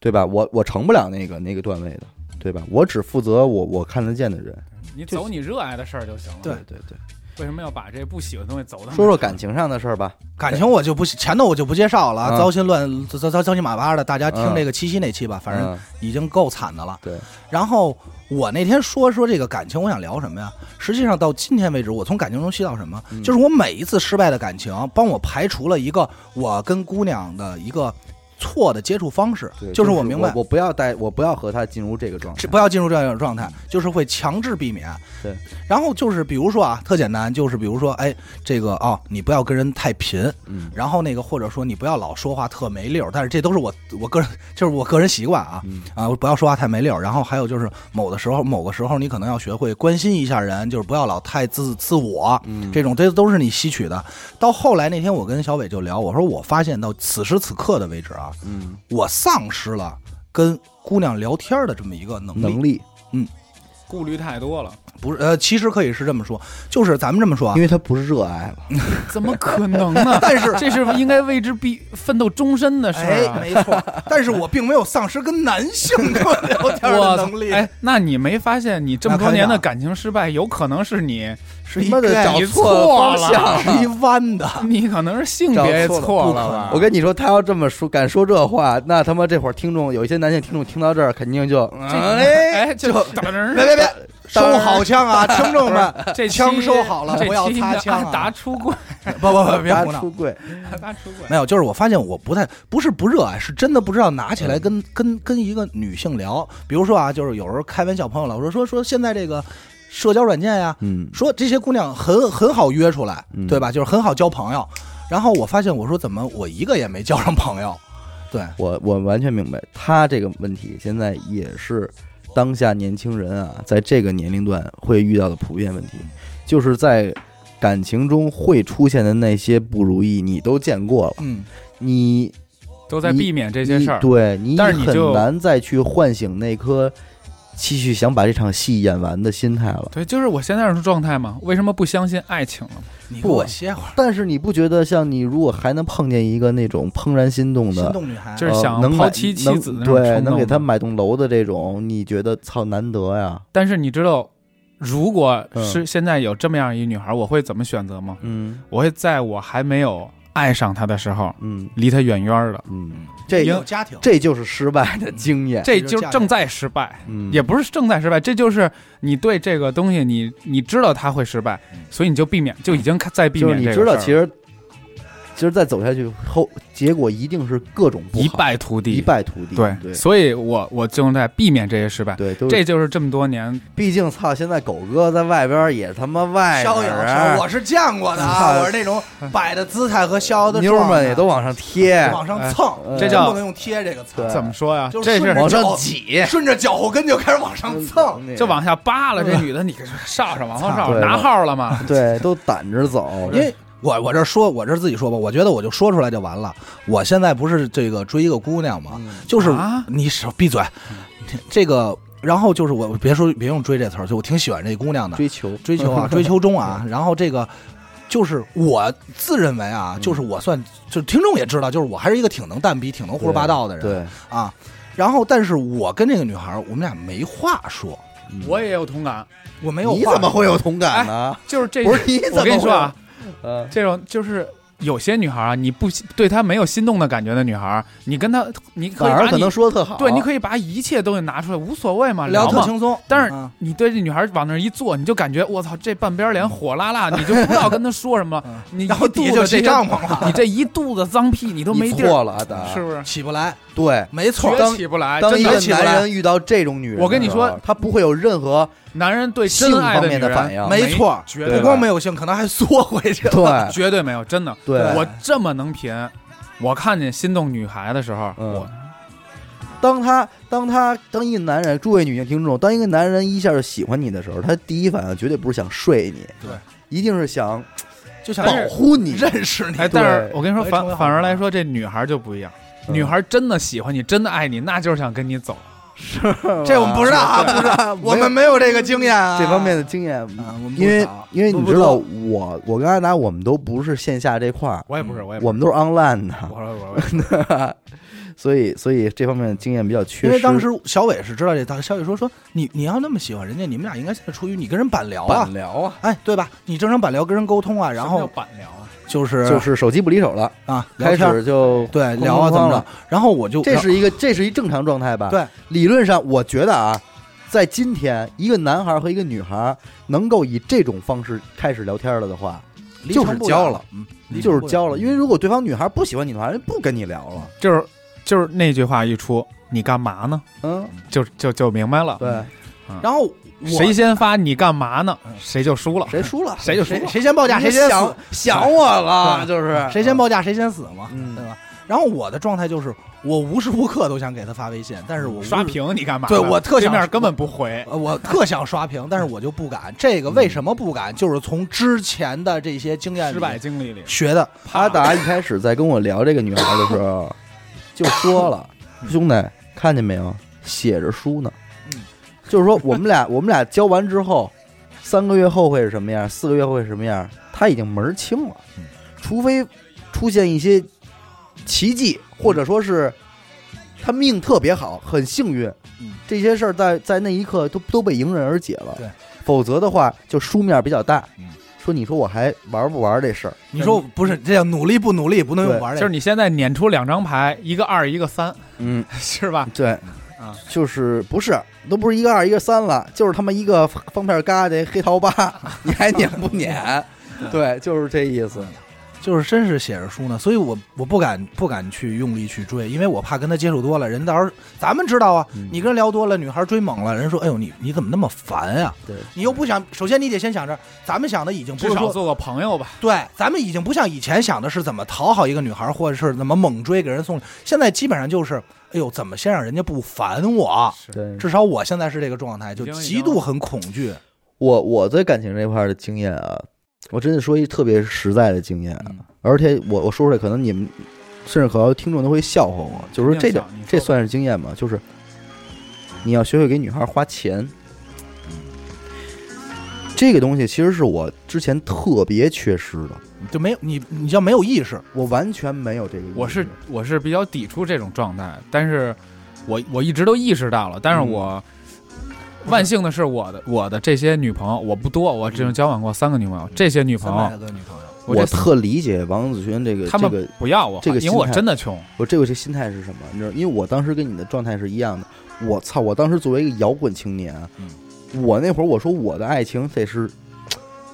对吧？我我成不了那个那个段位的，对吧？我只负责我我看得见的人。你走你热爱的事儿就行了。对对对，为什么要把这不喜欢的东西走到？说说感，情上的事儿吧。感情我就不前头我就不介绍了嗯啊，糟心乱糟糟糟心马八的，大家听嗯这个七夕那期吧，反正嗯已经够惨的了。对，然后我那天说说这个感情，我想聊什么呀？实际上到今天为止，我从感情中吸到什么？嗯就是我每一次失败的感情，帮我排除了一个我跟姑娘的一个错的接触方式对，就是我明白我，我不要带，我不要和他进入这个状态这。不要进入这样一种状态，就是会强制避免。对，然后就是比如说啊，特简单，就是比如说，哎，这个哦，你不要跟人太贫，嗯然后那个或者说你不要老说话特没溜儿，但是这都是我我个人就是我个人习惯啊嗯啊，不要说话太没溜儿。然后还有就是某的时候某个时候你可能要学会关心一下人，就是不要老太自自我，嗯这种这都是你吸取的。到后来那天我跟小伟就聊，我说我发现到此时此刻的为止啊，嗯，我丧失了跟姑娘聊天的这么一个能力。能力，顾虑太 多了，不是呃，其实可以是这么说，就是咱们这么说啊？因，为他不是热爱了。怎么可能呢但是这是应该为之必奋斗终身的事儿哎，啊！没错，但是我并没有丧失跟男 性 多聊天的我操能力，哎，那你没发现你这么那多开年的场感情失败，有可能是你是一妈的概找你错错了方向是 一弯的。 你可能是性别找错了不可能吧？我跟你说，他要这么说，敢说这话，那他妈这会儿听众有一些男性听众听到这儿，肯定就这哎，嗯哎，就别别别， 收好枪啊，听众们！ 这期枪收好了这期不要擦枪啊阿达出 柜，不不不，别他胡闹嗯出。柜，阿达出柜。没有，就是我发现我不太不是不热爱，是真的不知道拿嗯起来跟、跟跟一个女性聊。比如说啊，就是有时候开玩笑，朋友老说说说现在这个社交软件呀、嗯，说这些姑娘很很好约出来，嗯对吧？就是很好交朋友。然后我发现，我说怎么我一个也没交上朋友？对，我我完全明白他这个问题，现在也是当下年轻人啊，在这个年龄段会遇到的普遍问题，就是在感情中会出现的那些不如意，你都见过了，嗯，你都在避免这些你事儿。对你但是你很就难再去唤醒那颗继续想把这场戏演完的心态了。对，就是我现在这种状态嘛。为什么不相信爱情了？你给不啊我歇会儿，但是你不觉得，像你如果还能碰见一个那种怦然心动心的，动女孩就是想呃能抛买妻弃能子那种对，冲能动给他吗买栋楼的这种，你觉得操难得呀？但是你知道，如果是嗯现在有这么样一女孩，我会怎么选择吗？嗯我会在我还没有爱上她的时候，嗯离她远远的。嗯，这也有家庭，这就是失败的经验。这就是正在失败，嗯，也不是正在失败，这就是你对这个东西你，你知道它会失败嗯，所以你就避免，就已经在避就是免你这个知道，其事儿实其实再走下去后，结果一定是各种不好一败涂地，一败涂地。对，对所以我我正在避免这些失败。对，都是这就是这么多年，毕竟操，现在狗哥在外边也他妈外逍边遥儿逍遥，我是见过的啊， 操我是那种摆的姿态和逍遥的妞儿状态们也都往上贴，往上蹭，哎这真叫不能用贴这个词对，怎么说呀？就是这顺是着往上脚挤，顺着脚后跟就开始往上蹭。就往下扒拉，这 女的你给上上往上嗯上对拿号了 吗？对，都掸着 走，因为我我这说，我这自己说吧，我觉得我就说出来就完了。我现在不是这个追一个姑娘嘛，就是、啊你少闭嘴，这个，然后就是我别说别用追这词儿，就我挺喜欢这姑娘的，追 求追 求啊，追求中啊，然后这个。就是我自认为啊，嗯就是我算，就是听众也知道，就是我还是一个挺能蛋逼、挺能胡说八道的人对，啊。然后，但是我跟这个女孩儿，我们俩没话说，嗯我也有同感，我哎没有话。你怎么会有同感呢？就是 这，不是你怎么哎我跟你说啊，呃，这种就是有些女孩啊，你不对她没有心动的感觉的女孩儿，你跟她，你可以反把而你可能说得特好，对，你可以把一切东西拿出来，无所谓嘛，聊特嘛。轻松？但是嗯你对这女孩往那儿一坐，你就感觉我操，这半边脸火 辣辣，你就不知道跟她说什么嗯了。你然后一底肚下就子起这帐张，篷了，你这一肚子脏屁，你都没你地儿，错了，阿达，是不是？起不来，对。没错绝儿。对起不来，当真一的个起不男来。人遇到这种女人的时候，我跟你说他不会有任何男人对性真爱方的女面的人反应，没错儿，绝对吧不光没有性，可能还缩回去了。对绝 对没有，真的。对，我这么能贫，我看见心动女孩的时候，嗯我当他当他当一个男人，诸位女性听众，当一个男人一下就喜欢你的时候，他第一反应绝对不是想睡你，对，一定是想就想保护你。嗯认识你哎，，但是我跟你说，我也反成为好反朋而友来说，这女孩就不一样。嗯女孩真的喜欢你，真的爱你，那就是想跟你走。这我们不知道啊，不知道，道我们没有这个经验啊，这方面的经验，啊，我们不因为少因为你不知道，不我我跟阿达我们都不是线下这块儿，我也不是，哎我也嗯不我是，们都是 online 我说我我的， 所以所以这方面的经验比较缺失。因为当时小伟是知道这，当小伟说说你你要那么喜欢人家，你们俩应该现在处于你跟人板聊啊板，聊啊，哎，对吧？你正常板聊跟人沟通啊，然什么后叫板聊啊，就是就是手机不离手了，啊，聊开天儿始就对哐哐聊啊怎么哐着，然后我就这是一个这是一正常状态吧？对，理论上我觉得啊，在今天，一个男孩和一个女孩能够以这种方式开始聊天了的话，离就是成不交远了，嗯，就是交了。嗯因为如果对方女孩不喜欢你的话，人不跟你聊了。就是就是那句话一出，你干嘛呢？嗯，就就就明白了。对，然后我嗯谁先发你干嘛呢？谁就输了。谁输了谁就输谁了谁先报价谁先死 想， 想我了，对就是谁先报价谁先死嘛，嗯对吧？然后我的状态就是，我无时无刻都想给他发微信，但是我无时刷，屏你干嘛呢？对我特对想面根本不回。呃我特想刷屏，但是我就不敢。这个为什么不敢？就是从之前的这些经验里失败经历里，啊学的。阿达一开始在跟我聊这个女孩的时候， 就说了：“兄弟，看见没有，写着书呢。嗯”就是说我们俩 我们俩交完之后，三个月后会是什么样，四个月后会是什么样，他已经门儿清了嗯，除非出现一些奇迹，或者说是他命特别好，很幸运嗯，这些事儿在在那一刻都都被迎刃而解了对。否则的话，就书面比较大嗯，说你说我还玩不玩这事儿？你说不是这样努力不努力不能用对玩儿就这是个，你现在撵出两张牌，一个二，一个三， 嗯，是吧？对，啊，就是不是都不是一个二一个三了，就是他妈一个方片疙瘩黑 桃八，你还撵不撵？对，就是这意思。就是真是写着书呢，所以我我不敢不敢去用力去追，因为我怕跟他接触多了，人到时候咱们知道啊，嗯你跟人聊多了，女孩追猛了，人说哎呦你你怎么那么烦啊？对，你又不想，首先你得先想着，咱们想的已经不至是少说做个朋友吧。对，咱们已经不像以前想的是怎么讨好一个女孩，或者是怎么猛追给人送礼，现在基本上就是哎呦怎么先让人家不烦我，对至少我现在是这个状态，就已经极度很恐惧。我我对感情这块的经验啊，我真的说一特别实在的经验啊，嗯而且我我说出来，可能你们甚至可能听众都会笑话我，就是说这点肯嗯定笑你说吧这算是经验吗？就是你要学会给女孩花钱，嗯这个东西其实是我之前特别缺失的，就没有你，你叫没有意识，我完全没有这个意识。我是我是比较抵触这种状态，但是我我一直都意识到了，但是嗯我、万幸的是我的我的这些女朋友我不多，我只有交往过三个女朋友，这些女三朋百友个女朋友，嗯我这特理解王子轩这个他这们个不要我，这个因为我心态真的穷，我这个这心态是什么？你知道，因为我当时跟你的状态是一样的。我操！我当时作为一个摇滚青年，啊嗯我那会儿我说我的爱情得是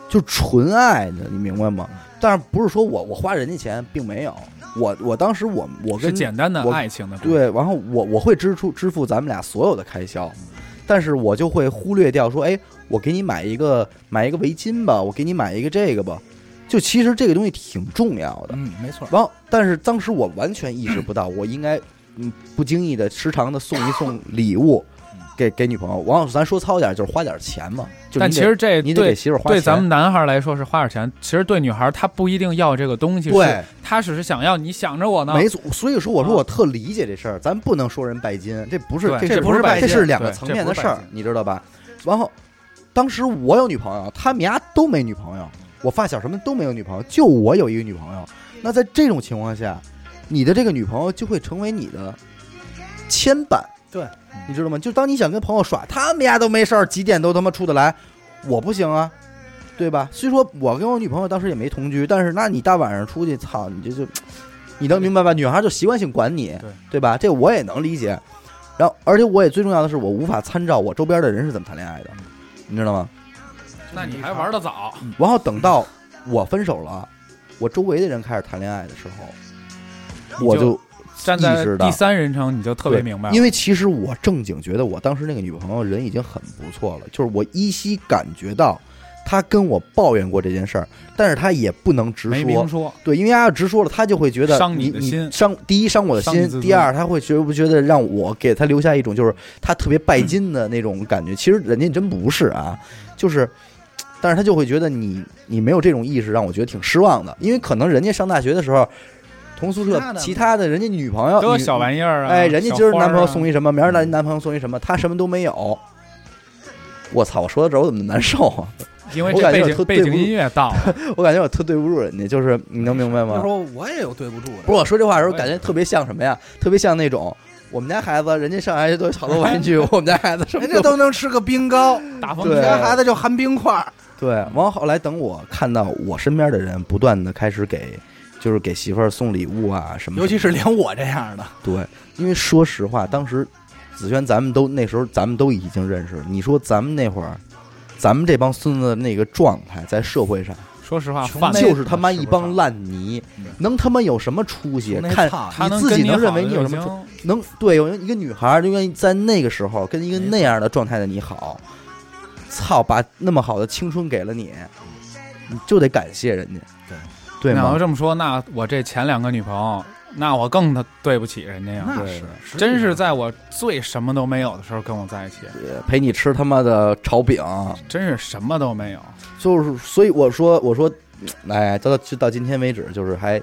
就纯爱的，你明白吗？嗯但是不是说我我花人家钱，并没有。我我当时我我是跟简单的我爱情的故事，对，然后我我会支出支付咱们俩所有的开销，但是我就会忽略掉说，哎，我给你买一个买一个围巾吧，我给你买一个这个吧。就其实这个东西挺重要的，嗯，没错，然后，但是当时我完全意识不到，我应该嗯不经意的时常的送一 送礼物给给女朋友。王老师，咱说糙点儿就是花点儿钱嘛，就是但你其得实这你得对给媳妇儿花对钱。咱们男孩来说是花点钱，其实对女孩她不一定要这个东西，对，是她只是想要你想着我呢，没错，所以说啊我说我特理解这事儿，咱不能说人拜金，这不是对是这不是拜这金是两个对层这面不的是事儿拜金，你知道吧？然后当时我有女朋友，他们家都没女朋友，我发小什么都没有女朋友，就我有一个女朋友。那在这种情况下，你的这个女朋友就会成为你的牵绊，对，你知道吗？就当你想跟朋友耍，他们家都没事儿，几点都他妈出得来，我不行啊。对吧？虽说我跟我女朋友当时也没同居，但是那你大晚上出去，操，你这就，你能明白吧？女孩就习惯性管你，对吧？这我也能理解。然后，而且我也最重要的是，我无法参照我周边的人是怎么谈恋爱的，嗯你知道吗？那你还玩的早，然后等到我分手了，我周围的人开始谈恋爱的时候，你我就就站在意识到第三人称你就特别对明白了，因为其实我正经觉得我当时那个女朋友人已经很不错了，就是我依稀感觉到她跟我抱怨过这件事儿，但是她也不能直没说明，说，对，因为他要直说了，他就会觉得伤你你的心伤第一伤我的伤你心自，尊第二他会觉不觉得让我给他留下一种就是他特别嗯拜金的那种感觉。其实人家真不是啊，就是，但是他就会觉得你你没有这种意识，让我觉得挺失望的。因为可能人家上大学的时候，同宿舍那的其他的人家女朋友都有女小玩意儿啊，嗯哎，人家今儿男朋友送一，一什么，明儿男男朋友送一什么，他什么都没有。我操！我说到这儿我怎么难受啊？ 因为我这感觉背有特景对背景不住音乐 到了，我感觉我特对不住人家，就是你能明白吗？那时候我也有对不住的，不是我说这话的时候，感觉特别像什么呀？特别像那种我们家孩子，人家上来都有好多玩 具，我们家孩子哎什么人家都能吃个冰糕，大风对啊你天家孩子就含冰块儿，对。然后后来等我看到我身边的人不断的开始给，就是给媳妇儿送礼物啊什么什么的，尤其是连我这样的，对，因为说实话，当时子轩咱们都那时候咱们都已经认识了，你说咱们那会儿。咱们这帮孙子的那个状态，在社会上说实话，穷饭妹就是他妈吃不一帮上烂泥嗯，能他妈有什么出息？那看操他能自己跟你能认为好的你有就什么行能对有一个女孩儿就愿意在那个时候跟哎一个那样的状态的你好，操，把那么好的青春给了你，你嗯就得感谢人家，对对那要吗？这么说，那我这前两个女朋友，那我更他对不起人家呀。那嗯对是啊真是在我最什么都没有的时候跟我在一起，陪你吃他妈的炒饼，真是什么都没有。就是所以我说我说，哎，到到到今天为止，就是还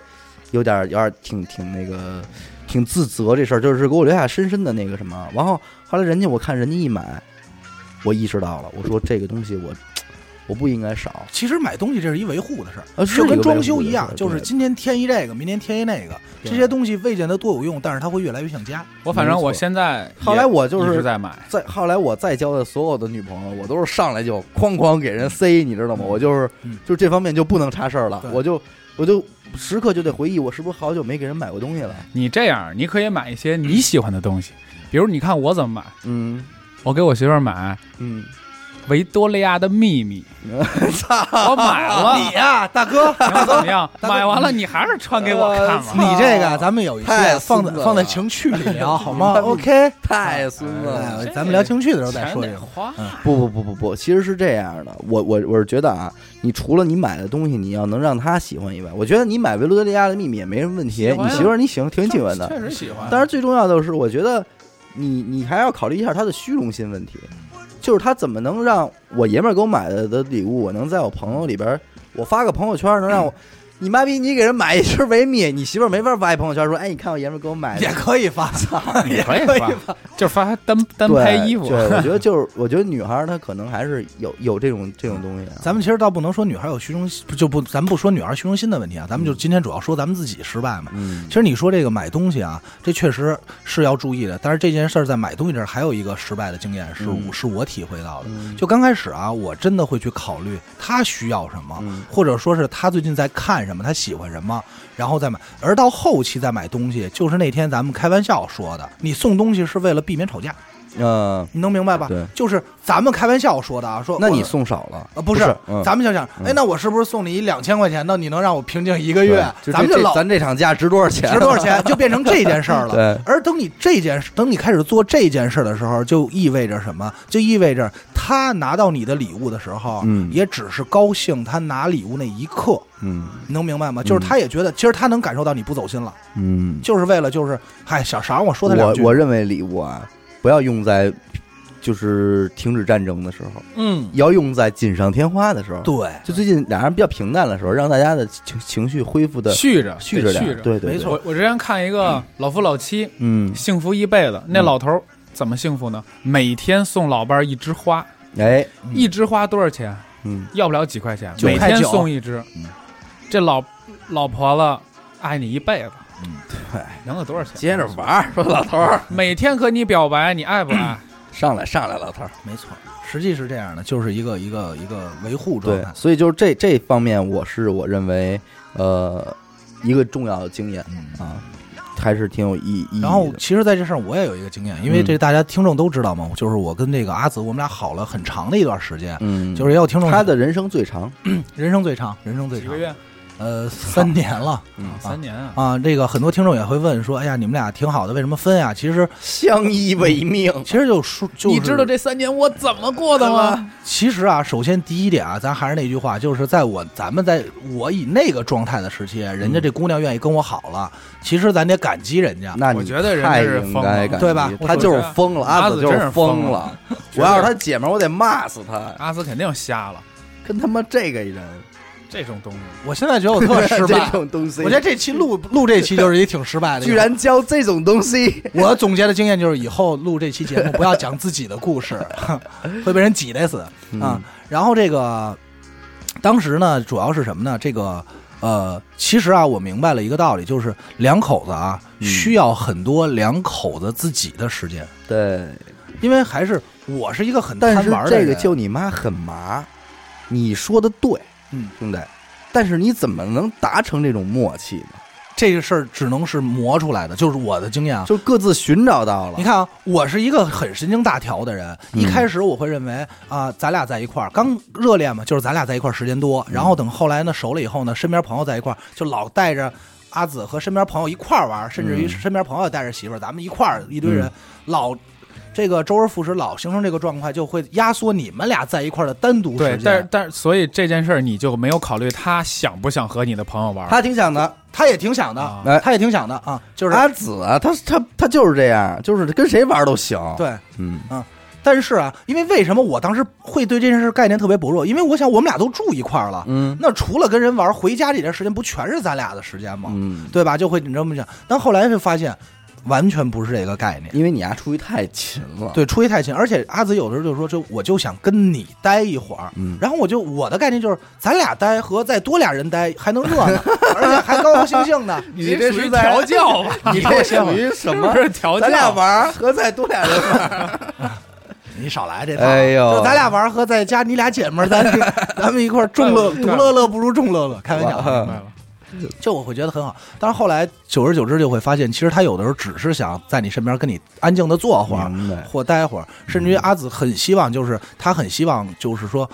有点有点挺挺那个挺自责这事儿，就是给我留下深深的那个什么。然后后来人家我看人家一买，我意识到了，我说这个东西我我不应该少，其实买东西这是一维护的事儿，啊是就跟一个维护装的修一事样儿，就是对今天添一这个，明天添一那个，对这些东西未见得多有用，但是它会越来越 想家。我反正没错我现在后来也我就一直是在买，在后来我再交的所有的女朋友，我都是上来就哐哐给人塞，你知道吗？我就是嗯就这方面就不能差事儿了对，我就我就时刻就得回忆，我是不是好久没给人买过东西了？你这样你可以买一些你喜欢的东西，比如你看我怎么买，嗯我给我媳妇儿买嗯， 《维多利亚的秘密 操，》，啊我买了，啊你呀、大哥，你要怎么 样？大哥买完了你还是穿给我看我吧操。你这个咱们有一些太放孙子在了放在情趣里 聊好吗嗯？OK，太孙子了！哎这咱们聊情趣的时候再钱说这得个。花，不不不不不，其实是这样的，我我我是觉得啊，你除了你买的东西，你要能让他喜欢以外，我觉得你买维罗德利亚的秘密也没什么问题喜，欢你啊媳妇儿你喜欢挺喜欢的。确实喜欢。当然，最重要的是，我觉得你你还要考虑一下他的虚荣心问题，嗯就是他怎么能让我爷们儿给我买的的礼物，我能在我朋友里边儿，我发个朋友圈儿能让嗯我，你妈逼你给人买一身维密，你媳妇儿没法发一朋友圈说，哎，你看我爷们儿给我买的也。可以发，你可以发， 就是发单单对拍衣服。对， 我觉 得就是，我觉得女孩儿她可能还是有有这种这种东西、啊。咱们其实倒不能说女孩有虚荣心，不就不，咱们不说女孩虚荣心的问题啊，咱们就今天主要说咱们自己失败嘛。嗯其实你说这个买东西啊，这确实是要注意的。但是这件事儿在买东西这儿还有一个失败的经验，是我、嗯是我体会到的。嗯就刚开始啊，我真的会去考虑他需要什么，嗯或者说是他最近在看什么，他喜欢什么，然后再买。而到后期再买东西，就是那天咱们开玩笑说的，你送东西是为了避免吵架，呃，你能明白吧？对就是咱们开玩笑说的啊，说那你我送少了啊，不是是，嗯咱们想想，哎，那我是不是送你一两千块钱的，你能让我平静一个对月？就咱们这就这老咱这场架值多少钱？值多少钱，就变成这件事儿了。 对而等你这件事，等你开始做这件事的时候，就意味着什么？就意味着他拿到你的礼物的时候，嗯也只是高兴他拿礼物那一刻，嗯你能明白吗？就是他也觉得，其实他能感受到你不走心了，嗯，就是为了就是，嗨，想少让我说他两我句。我认为礼物啊，不要用在就是停止战争的时候，嗯，要用在锦上添花的时候。对，就最近俩人比较平淡的时候，让大家的情情绪恢复的续着蓄得着续点着儿。，对对，对没错我我之前看一个老夫老妻嗯，幸福一辈子，那老头儿怎么幸福呢？每天送老伴儿一枝花，哎，嗯一枝花多少钱？嗯，要不了几块钱，九每块天九送一支嗯。这老老婆子爱你一辈子，嗯哎对，能有多少钱？啊接着玩儿，说老头儿每天和你表白，你爱不爱？上来上来，老头儿。没错，实际是这样的，就是一个一个一个维护状对态，。所以就是这这方面，我是我认为呃一个重要的经验嗯。啊，还是挺有意意义的。然后，其实，在这事儿我也有一个经验，因为嗯这大家听众都知道嘛，就是我跟这个阿紫，我们俩好了很长的一段时间，嗯，就是也有听众他的人生最长，人生最长，人生最几长个，月？呃，三年了嗯三年啊！啊。这个很多听众也会问说，哎呀，你们俩挺好的，为什么分呀？其实，相依为命。其实就说，就是你知道，这三年我怎么过的吗？其实啊，首先第一点啊，咱还是那句话，就是在我咱们在我以那个状态的时期，人家这姑娘愿意跟我好了，其实咱得感激人家。那你我觉得人太家是应疯该了感对吧激我他觉就是得疯了，阿阿紫就真是是疯疯了了。我要是他姐们儿，我得骂死他， 阿紫肯定瞎了，跟他妈这个 人，这种东西。我现在觉得我特 失败这，种东西，我觉得这期录录这期就是一挺失败的一个。居然教这种东西。我总结的经验就是，以后录这期节目不要讲自己的 故事，会被人挤得死啊嗯。然后这个当时呢，主要是什么呢？这个呃，其实啊，我明白了一个道理，就是两口子啊，嗯需要很多两口子自己的时间，对，因为还是我是一个很贪但是玩的这人，个就你妈很麻，你说的对，嗯，兄弟，但是你怎么能达成这种默契呢？这个事儿只能是磨出来的，就是我的经验啊。就各自寻找到了你，看啊，我是一个很神经大条的人。嗯一开始我会认为啊、咱俩在一块儿刚热恋嘛，就是咱俩在一块儿时间多。然后等后来呢，熟了以后呢，身边朋友在一块儿，就老带着阿紫和身边朋友一块儿玩儿，甚至于嗯身边朋友带着媳妇儿，咱们一块儿一堆人、嗯老。这个周而复始，老形成这个状态，就会压缩你们俩在一块儿的单独时对间。，但是但是，所以这件事儿你就没有考虑他想不想和你的朋友玩儿。他挺想的。他也挺想的，啊哎他也挺想的啊，就是、阿紫啊，他他他就是这样，就是跟谁玩都行。，对，嗯，但是啊，因为为什么我当时会对这件事概念特别薄弱？因为我想我们俩都住一块儿了，嗯那除了跟人玩，回家这段时间不全是咱俩的时间吗？嗯，对吧？就会你这么想。但后来就发现，完全不是这个概念。因为你丫出去太勤了。，对，出去太勤，而且阿紫有的时候就说，就我就想跟你待一会儿，嗯，然后我就我的概念就是，咱俩待和再多俩人待还能热闹，而且还高高兴兴的。你这属于是在调教吧？你这属于什么 是？不是调教？咱俩玩儿和再多俩人玩儿，你少来这套，哎呦就咱俩玩儿和在家你俩姐们儿，咱 咱们一块儿众乐独乐乐不如众乐乐，开玩笑。啊明白了就我会觉得很好。但是后来久而久之就会发现，其实他有的时候只是想在你身边跟你安静的坐会儿明白或待会儿，甚至于阿紫很希望，就是他很希望，就是说。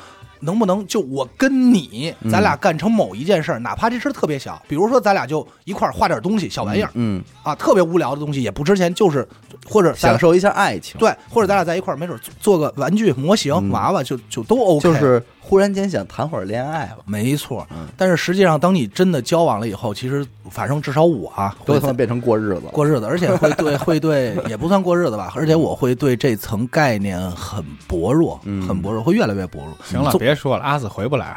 能不能就我跟你，嗯咱俩干成某一件事儿，哪怕这事儿特别小，比如说咱俩就一块儿画点东西，小玩意儿、嗯，啊，特别无聊的东西也不值钱，就是或者咱享俩受一下爱情。对，或者咱俩在一块儿，没准做做个玩具模型、嗯娃娃就就都 OK，就是忽然间想谈会儿恋爱吧，没错嗯。但是实际上，当你真的交往了以后，其实反正至少我啊，都会他妈变成过日子了。过日子，而且会 对会对也不算过日子吧，而且我会对这层概念很薄弱，嗯很薄弱，会越来越薄弱。行了，总别说了，阿紫回不来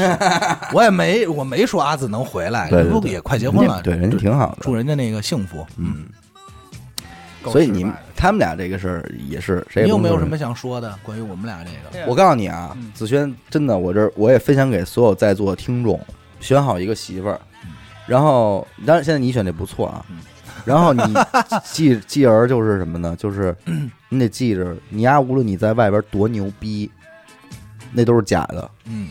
了。我也没我没说阿紫能回来，对对这不对也快结婚了，对，人家挺好的。祝人家那个幸福。嗯，嗯，够所以失你败的他们俩这个事儿也是，谁也你有不没能有说什么想说的关于我们俩这个？我告诉你啊嗯，子轩，真的，我这儿我也分享给所有在座的听众，选好一个媳妇儿，然后当然现在你选这不错啊嗯， 然后你继继而就是什么呢？就是你得记着，你丫无论你在外边多牛逼，那都是假的，嗯，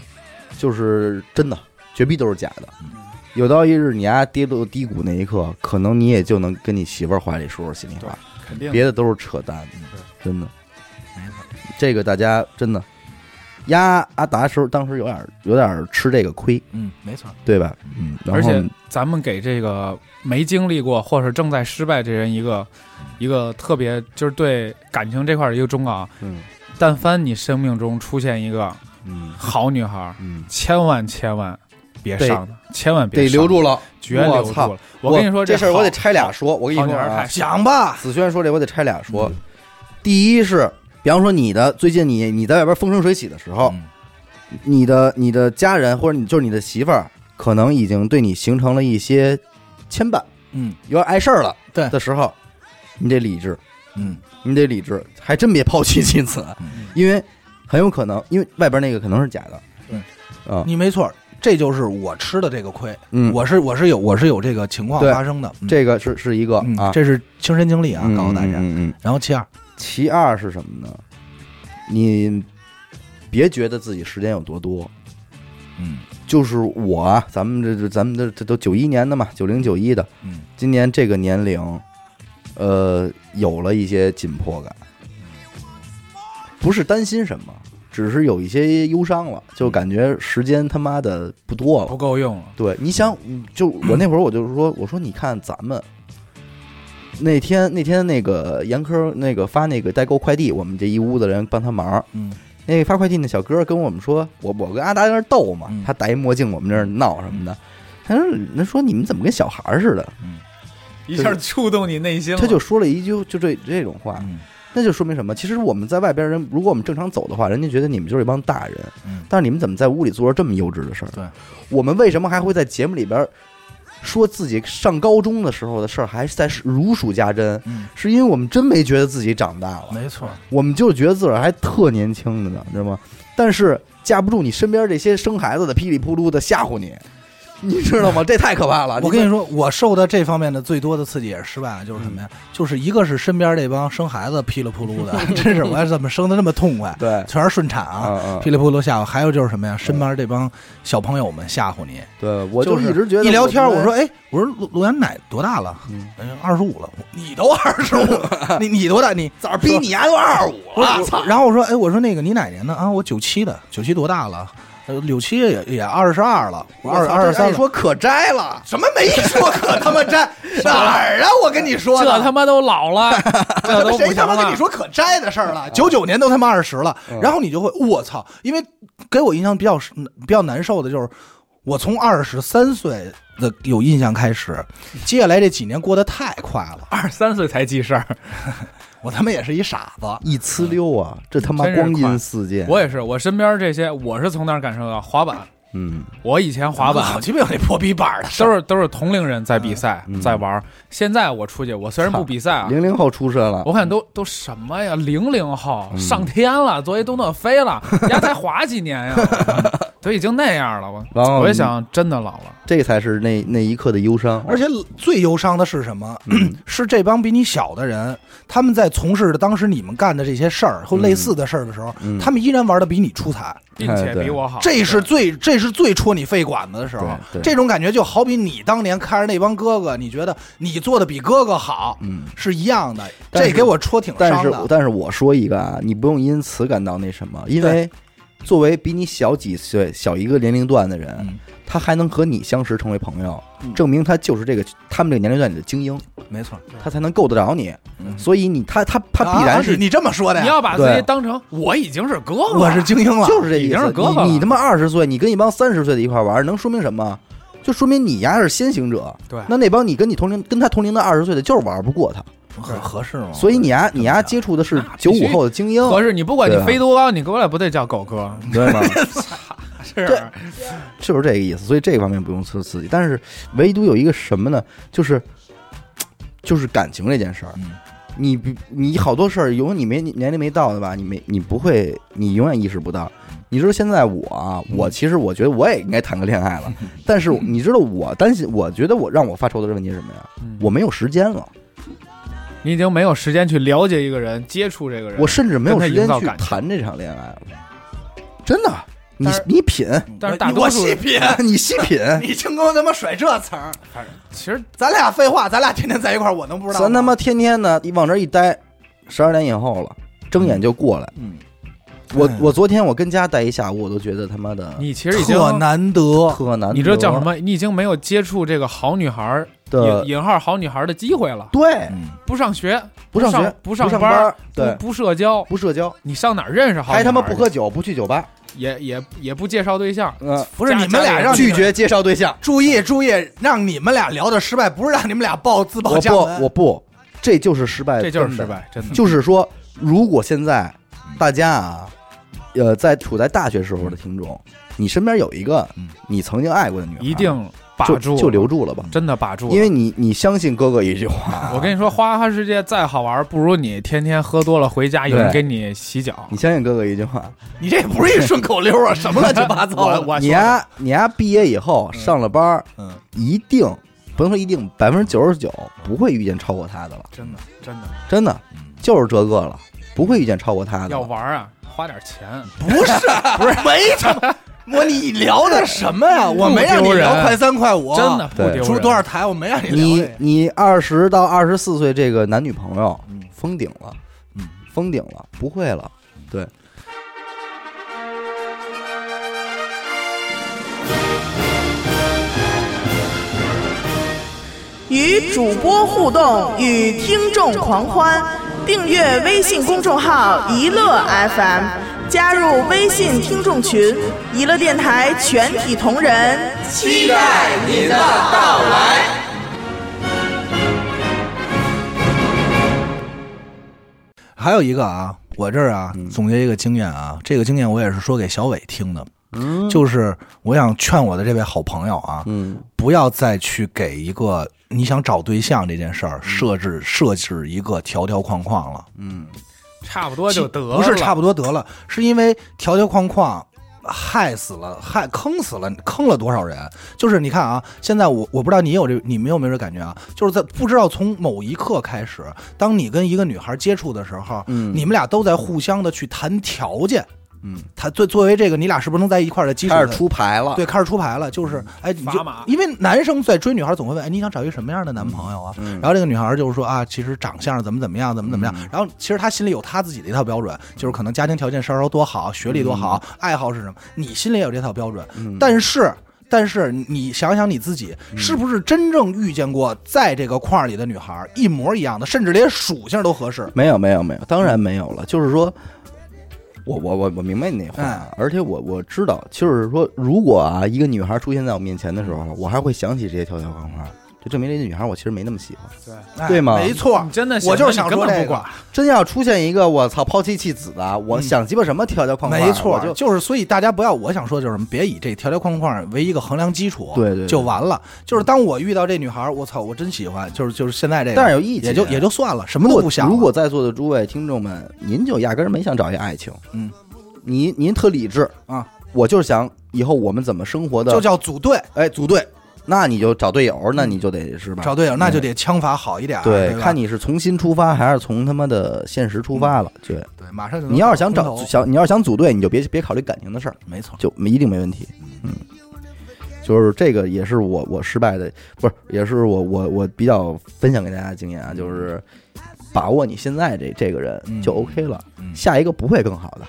就是真的，绝逼都是假的嗯。有朝一日你丫跌落低谷那一刻，可能你也就能跟你媳妇儿怀里说说心里话，肯定别的都是扯淡的是，真的。没错，这个大家真的，压阿达时候当时有点儿有点儿吃这个亏，嗯，没错，对吧？嗯，然而后且咱们给这个没经历过或是正在失败这人一个一个特别，就是对感情这块儿的一个忠告啊。嗯但凡你生命中出现一个嗯好女孩儿，嗯，千万千万别得上她，千万别得留上住了她，，绝留我住操了！我跟你说，这事儿好我得拆俩说，我跟你好说女孩啊太，嗯想吧，子轩说这我得拆俩说，第一是。比方说，你的最近你你在外边风生水起的时候，嗯，你的你的家人或者你就是你的媳妇儿，可能已经对你形成了一些牵绊，嗯有点碍事儿了。对的时候，你得理智，嗯，你得理智，还真别抛弃妻子嗯，因为很有可能，因为外边那个可能是假的。对，啊，你没错，这就是我吃的这个亏，嗯，我是我是有我是有这个情况对发生的，嗯这个是是一个嗯啊，这是亲身经历啊，嗯告诉大家。嗯嗯嗯嗯然后其二，其二是什么呢？你别觉得自己时间有多多，嗯就是我啊，咱们这这咱们这这都九一年的嘛，九零九一的，嗯今年这个年龄，呃，有了一些紧迫感，不是担心什么，只是有一些忧伤了，就感觉时间他妈的不多不哦了。够用了。对，你想，嗯就我那会儿我就说，我说你看咱们那天那天那个严科那个发那个代购快递，我们这一屋子人帮他忙。嗯那个发快递那小哥跟我们说，我我跟阿达在那儿逗嘛嗯，他戴一墨镜，我们这儿闹什么的。他说：“那说你们怎么跟小孩儿似的？”一下触动你内心了，他就说了一句就这这种话，嗯那就说明什么？其实我们在外边人，如果我们正常走的话，人家觉得你们就是一帮大人，嗯但是你们怎么在屋里做着这么幼稚的事儿？对，我们为什么还会在节目里边说自己上高中的时候的事儿，还是在如数家珍？嗯，是因为我们真没觉得自己长大了，没错，我们就觉得自个儿还特年轻的呢，知道吗？但是架不住你身边这些生孩子的噼里扑噜的吓唬你，你知道吗？这太可怕了！ 我跟你说，说，我受到这方面的最多的刺激也是失败，就是什么呀？嗯就是一个是身边这帮生孩子噼里扑 噜的，真是我怎么生的那么痛快，对，全是顺产啊啊，啊噼，里扑噜吓唬。还有就是什么呀？身边这帮小朋友们吓唬你，对，我就一直觉得一聊天，们我说，哎，我说陆陆阳奶多大了？哎嗯二十五了，我你都二十五， 你你多大？你早上逼你丫都二五不是了，我操！然后我说，哎，我说那个你哪年的啊？我九七的，九七多大了？呃，九七也也二十二了，我二二十三你哎说可摘了，什么没说可他妈 摘哪儿啊？我跟你说这呢他妈都老 了，这都不谁行他妈跟了嗯你。说可摘的事儿了？九九年都他妈二十了，然后你就会我操！因为给我印象比较深比较难受的就是，我从二十三岁的有印象开始，接下来这几年过得太快了，二十三岁才记事儿，我他妈也是一傻子。一呲溜啊，这他妈真是光快阴似箭。我也是，我身边这些，我是从哪儿感受到滑板，嗯我以前滑板好鸡巴有那破逼板的，都是都是同龄人在比赛嗯，在玩儿。现在我出去，我虽然不比赛啊，零零后出身了，我看都都什么呀，零零后嗯上天了，作为东特 飞了，人家才滑几年呀， 都已经那样了。然后我我也想，真的老了，这才是那那一刻的忧伤。嗯而且最忧伤的是什么？是这帮比你小的人，他们在从事的当时你们干的这些事儿或类似的事儿的时候，嗯他们依然玩的比你出彩，并且哎对比我好，这是最这是最戳你肺管子的时候。对对这种感觉就好比你当年看着那帮哥哥，你觉得你做的比哥哥好，嗯，是一样的。但是这给我戳挺但伤是的。但是我说一个啊，你不用因此感到那什么，因为作为比你小几岁、小一个年龄段的人，嗯他还能和你相识成为朋友，嗯证明他就是这个他们这个年龄段里的精英，没错，他才能够得着你。嗯所以你他他他必啊然你是、你这么说的你呀？要把自己对当成我已经是哥了，我是精英了，就是这已意经思是。哥哥你了你他妈二十岁，你跟一帮三十岁的一块玩，能说明什么？就说明你丫是先行者。对那那帮你跟你同龄跟他同龄的二十岁的，就是玩不过他，哦很合适吗？所以你丫你丫接触的是九五后的精英，合适。你不管你对啊飞多高，你过来不得叫狗哥？对吗？是对就是这个意思。所以这个方面不用刺刺激，但是唯独有一个什么呢？就是就是感情这件事儿 嗯。你比你好多事儿，永远你没你年龄没到的吧，你没你不会，你永远意识不到。你知道现在我啊，嗯我其实我觉得我也应该谈个恋 爱了，但是你知道我担心，我觉得我让我发愁的问题是什么呀？嗯我没有时间了，你已经没有时间去了解一个人，接触这个人。我甚至没有时间跟他营去造感情谈这场恋爱了，真的。你但是你 品，但是大我多数细品，你细品，你净跟我他妈甩这词儿，其实咱俩废话，咱俩天天在一块儿，我能不知道吗？咱他妈天天呢，一往这一待，十二点以后了，睁眼就过来。嗯，我哎呀我昨天我跟家待一下午，我都觉得他妈的你其实已经特难得，特难得。你这叫什么？你已经没有接触这个好女孩儿的引？引号好女孩儿的机会了。对，不上学，不上学，不上上班班儿，对，不不社交，不社交，你上哪儿认识好女孩还儿？他妈不喝酒，不去酒吧，也也也不介绍对象，嗯，不是家你们俩家里让拒绝介绍对象。注意注意，让你们俩聊的失败，不是让你们俩报自报我家不，门。我不，这就是失败，这就是失。败，真的。就是说，如果现在大家啊，呃，在处在大学时候的听众，你身边有一个嗯你曾经爱过的女孩，一定把就住，嗯就留，住了吧。真的把住了。因为你你相信哥哥一句话，我跟你说，花花世界再好玩，不如你天天喝多了回家有人对给你洗脚你。相信哥哥一句话，你这不是一顺口溜啊，什么乱七八糟 我的。我你啊丫你丫毕业以后上了班儿，嗯，一定不能说一定百分之九十九不会遇见超过他的了，真的真的真的就是这个了，不会遇见超过他的要了。玩啊，花点钱。不 是不是没什么，我你聊的什么 呀？我没让你不丢聊人快三快五，真的不对丢出人多少台我没让你聊你这个。你二十到二十四岁这个男女朋友封顶了，嗯封顶了，不会了，对。与主播互动，与听众狂欢。订阅微信公众号“一乐 FM”，加入微信听众群，一乐电台全体同仁期待您的到来。还有一个啊，我这儿啊总结一个经验啊，这个经验我也是说给小伟听的，就是我想劝我的这位好朋友啊，嗯，不要再去给一个你想找对象这件事儿设置设置一个条条框框了，差不多就得了。不是差不多得了，是因为条条框框害死了，害坑死了，坑了多少人？就是你看啊，现在我我不知道你有这，你们有没有这感觉啊？就是在不知道从某一刻开始，当你跟一个女孩接触的时候，嗯你们俩都在互相的去谈条件，嗯，他作作为这个，你俩是不是能在一块儿的基础开上始出牌了，对，开始出牌了，就是嗯哎，你就砝码因为男生在追女孩总会问，哎，你想找一个什么样的男朋友啊？嗯然后这个女孩就是说啊，其实长相怎么怎么样，怎么怎么样。然后其实她心里有她自己的一套标准，嗯就是可能家庭条件稍稍多好，学历多好，爱好是什么，你心里也有这套标准。嗯但是，但是你想想你自己，是不是真正遇见过在这个框儿里的女孩一模一样的，甚至连属性都合适？没有没有没有，当然没有了。就是说，我我我我明白你那话啊，而且我我知嗯道，就是说，如果啊一个女孩出现在我面前的时候，我还会想起这些条条框框，这就证明这女孩我其实没那么喜欢。哎对吗没错你，真的喜我欢，就是想你根说本这不个管，，真要出现一个我操抛妻弃子的，我嗯想鸡巴什么条条框框，啊没我错，就就是所以大家不要，我想说的就是什么，别以这条条框框为一个衡量基础，对嗯对对就完了。就是当我遇到这女孩儿，我操，我真喜欢，就是就是现在这个，但是有意见，也就也就算了，啊什么如都果不想了。如果在座的诸位听众们，您就压根儿没想找一爱情，嗯，您您特理智啊，我就是想以后我们怎么生活的，就叫组队哎组队，那你就找队友，那你就得是吧？找队友，那就得枪法好一点儿，对吧，嗯看你是从心出发还是从他妈的现实出发了。对，对，马嗯上就能你要是想找空投想你要是想组队，你就别别考虑感情的事儿，没错，就一定没问题。嗯，就是这个也是我我失败的，不是也是我我我比较分享给大家的经验啊，就是把握你现在这这个人嗯就 OK 了，嗯下一个不会更好的，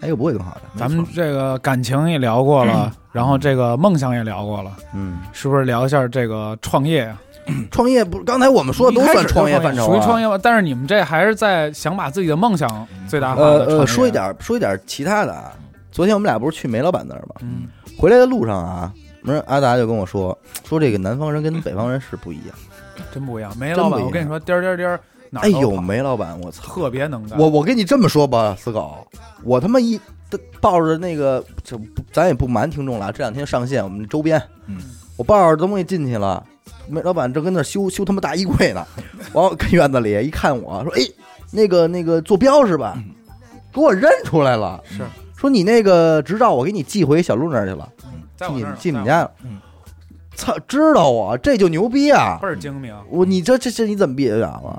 下一个不会更好的。咱们这个感情也聊过了，然后这个梦想也聊过了，嗯，是不是聊一下这个创业啊？创业不是刚才我们说的都算创业范畴、啊，属于创业吧？但是你们这还是在想把自己的梦想最大化呃的呃，说一，点说一点其他的啊。昨天我们俩不是去梅老板那儿吗？嗯，回来的路上啊，那阿达就跟我说，说这个南方人跟北方人是不一样。真不一样。梅真老不一板，样我跟你说，颠儿颠儿颠儿，哪儿哎都呦，跑梅老板，我操！特别能干。我我跟你这么说吧，死狗，我他妈一抱着那个，这不咱也不瞒听众了，这两天上线我们周边，嗯，我抱着东西进去了，梅老板正跟那儿修修他妈大衣柜 呢，往我跟院子里一看我说，哎，那个那个坐标是吧？给我认出来了，嗯是说你那个执照我给你寄回小鹿那儿去了，在寄我你这儿呢，寄你们在我家了嗯，操，知道我这就牛逼啊！倍儿精明。我你这这这你怎么比得了啊？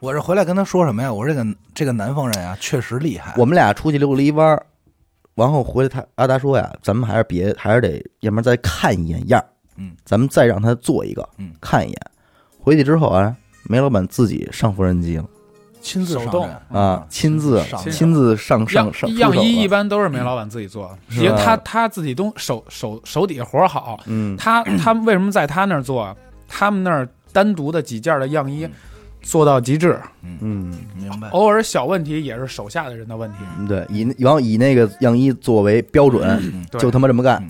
我是回来跟他说什么呀？我说这个这个南方人啊，确实厉害。我们俩出去溜了一弯儿，然后回来他阿达说呀，咱们还是别，还是得，要不然再看一眼样儿，嗯，咱们再让他做一个，嗯看一眼。回去之后啊，梅老板自己上无人机了亲自手上动阵啊，亲自上手亲自上上样上出手样衣一了，嗯般都是梅老板自己做的，是因为吧他他自己东手手手底下活儿好，嗯，他他们为什么在他那儿做？他们那儿单独的几件的样衣做到极致，嗯，明白？偶尔小问题也是手下的人的问题。对，以那然后以那个样衣作为标准，嗯对就他妈这么干，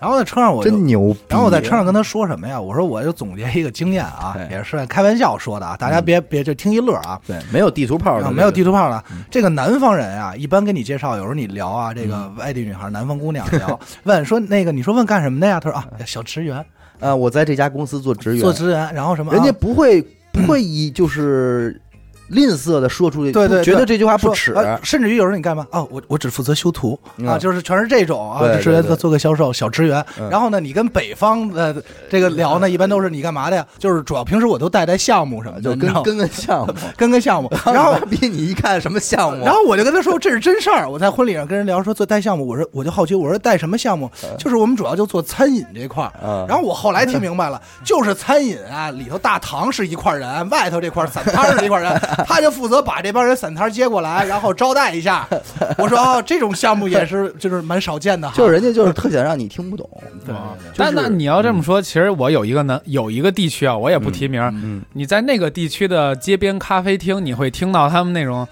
然后在车上我就真牛逼。然后我在车上跟他说什么呀？我说我就总结一个经验啊对，嗯也是开玩笑说的啊，大家别别就听一乐啊。对没有地图炮啊，的，嗯没有地图炮了。这个南方人啊，一般跟你介绍，有时候你聊啊，这嗯个外地女孩、南方姑娘聊， 问说那个你说问干什么的呀？他说啊，小职员，啊，我在这家公司做职员，做职员，然后什么啊，人家不会不会以就是吝啬的说出去，对对不觉得对这句话不说耻，啊甚至于有人你干嘛啊？我我只负责修图啊，嗯就是全是这种啊对，职员对对做个销售小职员嗯。然后呢，你跟北方的这个聊呢，一般都是你干嘛的呀？就是主要平时我都带带项目什么的，就你知跟道吗跟个项目， 跟个项目，然后。逼你一看什么项目，然后我就跟他说这是真事儿，我在婚礼上跟人聊说做带项目，我说我就好奇，我说带什么项目？嗯就是我们主要就做餐饮这块儿。啊然后我后来听明白了，嗯就是餐饮啊，里头大堂是一块儿人，外头这块儿散摊儿是一块儿人，他就负责把这帮人散摊儿接过来，然后招待一下。 我说哦，这种项目也是就是蛮少见的哈，就是人家就是特想让你听不懂，啊就是但那你要这么说，其实我有一个南有一个地区啊，我也不提名儿，嗯你在那个地区的街边咖啡厅，你会听到他们那种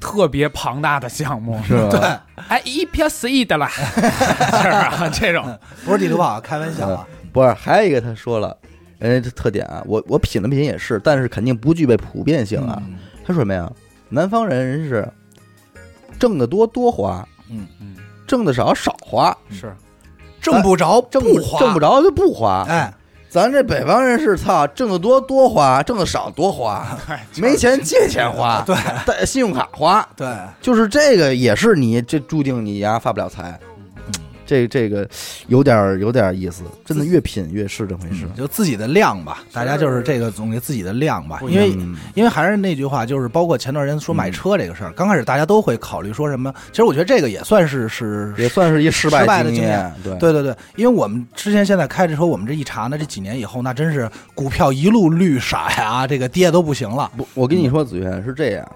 特别庞大的项目，是 吧？哎，一票四亿 的啦，是啊，这种不是地图炮，开玩笑啊。不是，还有一个他说了，人家这特点啊，我我品了品也是，但是肯定不具备普遍性啊。嗯他说什么呀？南方人人是挣得多多花，嗯嗯，挣得少少花，是挣不着挣不不花，挣不着就不花，哎，咱这北方人是操，挣得多多花，挣得少多 花，没钱借钱花，哎对，带信用卡花，对，就是这个也是你这注定你呀发不了财，嗯这这个有点儿有点儿意思，真的越品越是这回事嗯，就自己的量吧，大家就是这个总结自己的量吧，不一因样为因为还是那句话，就是包括前段时间说买车这个事儿，刚开始大家都会考虑说什么，其实我觉得这个也算是是也算是一失败失败的经经验，对对对对，因为我们之前现在开着车，我们这一查呢，这几年以后那真是股票一路绿色呀，这个跌都不行了。不，我跟你说，子轩是这样，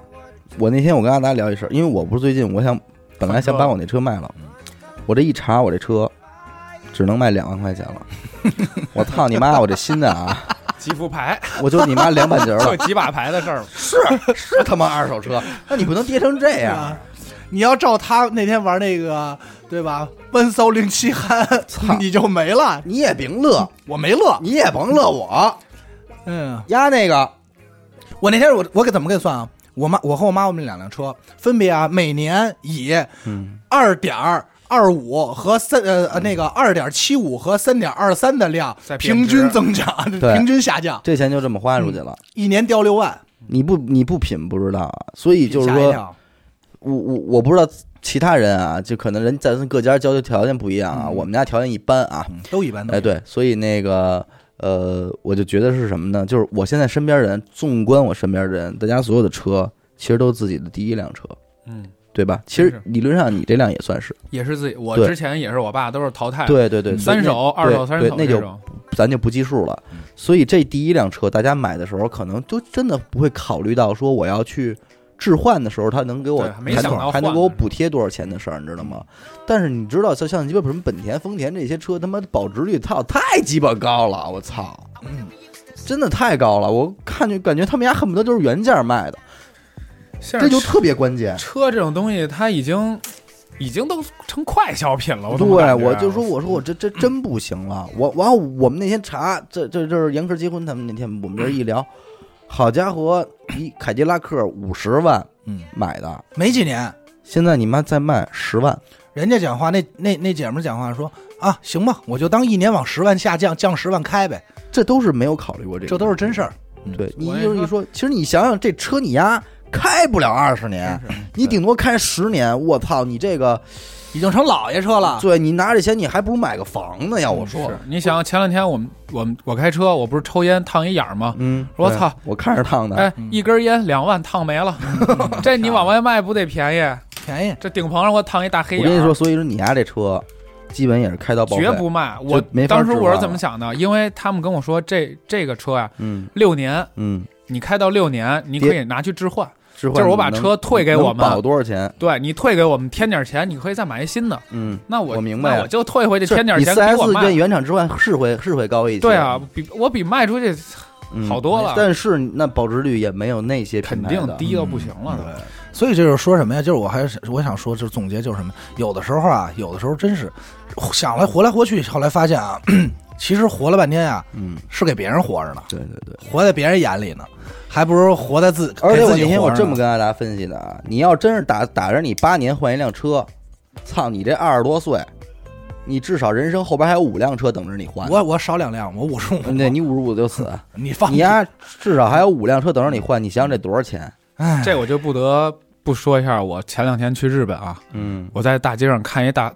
我那天我跟阿达聊一事儿，因为我不是最近我想本来想把我那车卖嗯了，我这一查我这车只能卖两万块钱 了，我操你妈！我这心的啊，几副牌，我就你妈两板截儿了就。几把牌的事儿嘛。是是他妈二手车，那你不能跌成这样啊。你要照他那天玩那个，对吧？温骚零七憨操， 你就没了。你也别乐，我没乐，你也甭乐我，嗯，压那个我那天我我给怎么给算啊？我妈我和我妈我们两辆车分别啊，每年以嗯二点二五和三呃呃那个二点七五和三点二三的量在贬值平均增长，对平均下降，这钱就这么花出去了，一年掉六万，嗯你不你不品不知道啊，所以就是吓一说，跳我我我不知道其他人啊，就可能人咱各家交流条件不一样啊，嗯我们家条件一般啊，嗯都一般都一哎般，对，所以那个呃，我就觉得是什么呢？就是我现在身边人，纵观我身边人，大家所有的车其实都是自己的第一辆车，嗯，对吧？其实理论上你这辆也算是，也是自己，我对之前也是我爸都是淘汰，，对对对，哎三手、那二手、对三手对那这就种，咱就不计数了。所以这第一辆车，大家买的时候可能就真的不会考虑到说我要去置换的时候，它能给我对还没还想到还能换给我呢嗯补贴多少钱的事儿，你知道吗？但是你知道，像像鸡巴什么本田、丰田这些车，他妈的保值率操太鸡巴高了，我操！嗯真的太高了，我看就感觉他们家恨不得就是原价卖的，现在这就车特别关键。车这种东西，它已经已经都成快消品了。我怎对，么感觉啊嗯我就说，我说我这这真不行了。我完，我们那天查，这这这是严科结婚，他们那天我们这一聊，好家伙，一凯迪拉克五十万嗯，买的，没几年，现在你妈再卖十万，人家讲话那那那姐们儿讲话说啊，行吧，我就当一年往十万下降，降十万开呗，这都是没有考虑过这个，这都是真事儿。对。你我跟你就是一说，其实你想想，这车你丫开不了二十年真，你顶多开十年，我操，你这个，已经成老爷车了，对你拿这钱，你还不如买个房呢，要我说啊嗯是，你想想前两天我们我们我开车，我不是抽烟烫一眼儿吗？嗯，我对操，我看着烫的，哎，一根烟两万烫没了，嗯 这你往外卖不得便宜？便宜。这顶棚上给我烫一大黑我眼儿，啊跟你说，所以说你丫这车，基本也是开到报废绝，不卖。我没法当时置我是换怎了么想的？因为他们跟我说这这个车呀，嗯六年嗯。你开到六年，你可以拿去置换。置换就是我把能车退给我能们保多少钱？对你退给我们添点钱，你可以再买一新的。嗯，那我我明白那了我就退回去是添点你钱给我 4S 卖跟。原厂置换是会是会高一些，对啊，比我比卖出去嗯，好多了但是那保值率也没有那些品肯牌定的嗯低到不行了。对，所以就是说什么呀？就是我还是我想说，就是总结就是什么？有的时候啊，有的时候真是想来活来活去，后来发现啊， 其实活了半天啊，嗯，是给别人活着呢，对对对。活在别人眼里呢，还不如活在自而给且我自那己天活我着呢这么跟大家分析的啊，你要真是打打着你八年换一辆车，操你这二十多岁，你至少人生后边还有五辆车等着你换。我我少两辆，我五十五，嗯对你五十五就死，你放你丫至少还有五辆车等着你换，你想想这多少钱？哎，这我就不得不说一下，我前两天去日本啊，嗯，我在大街上看一大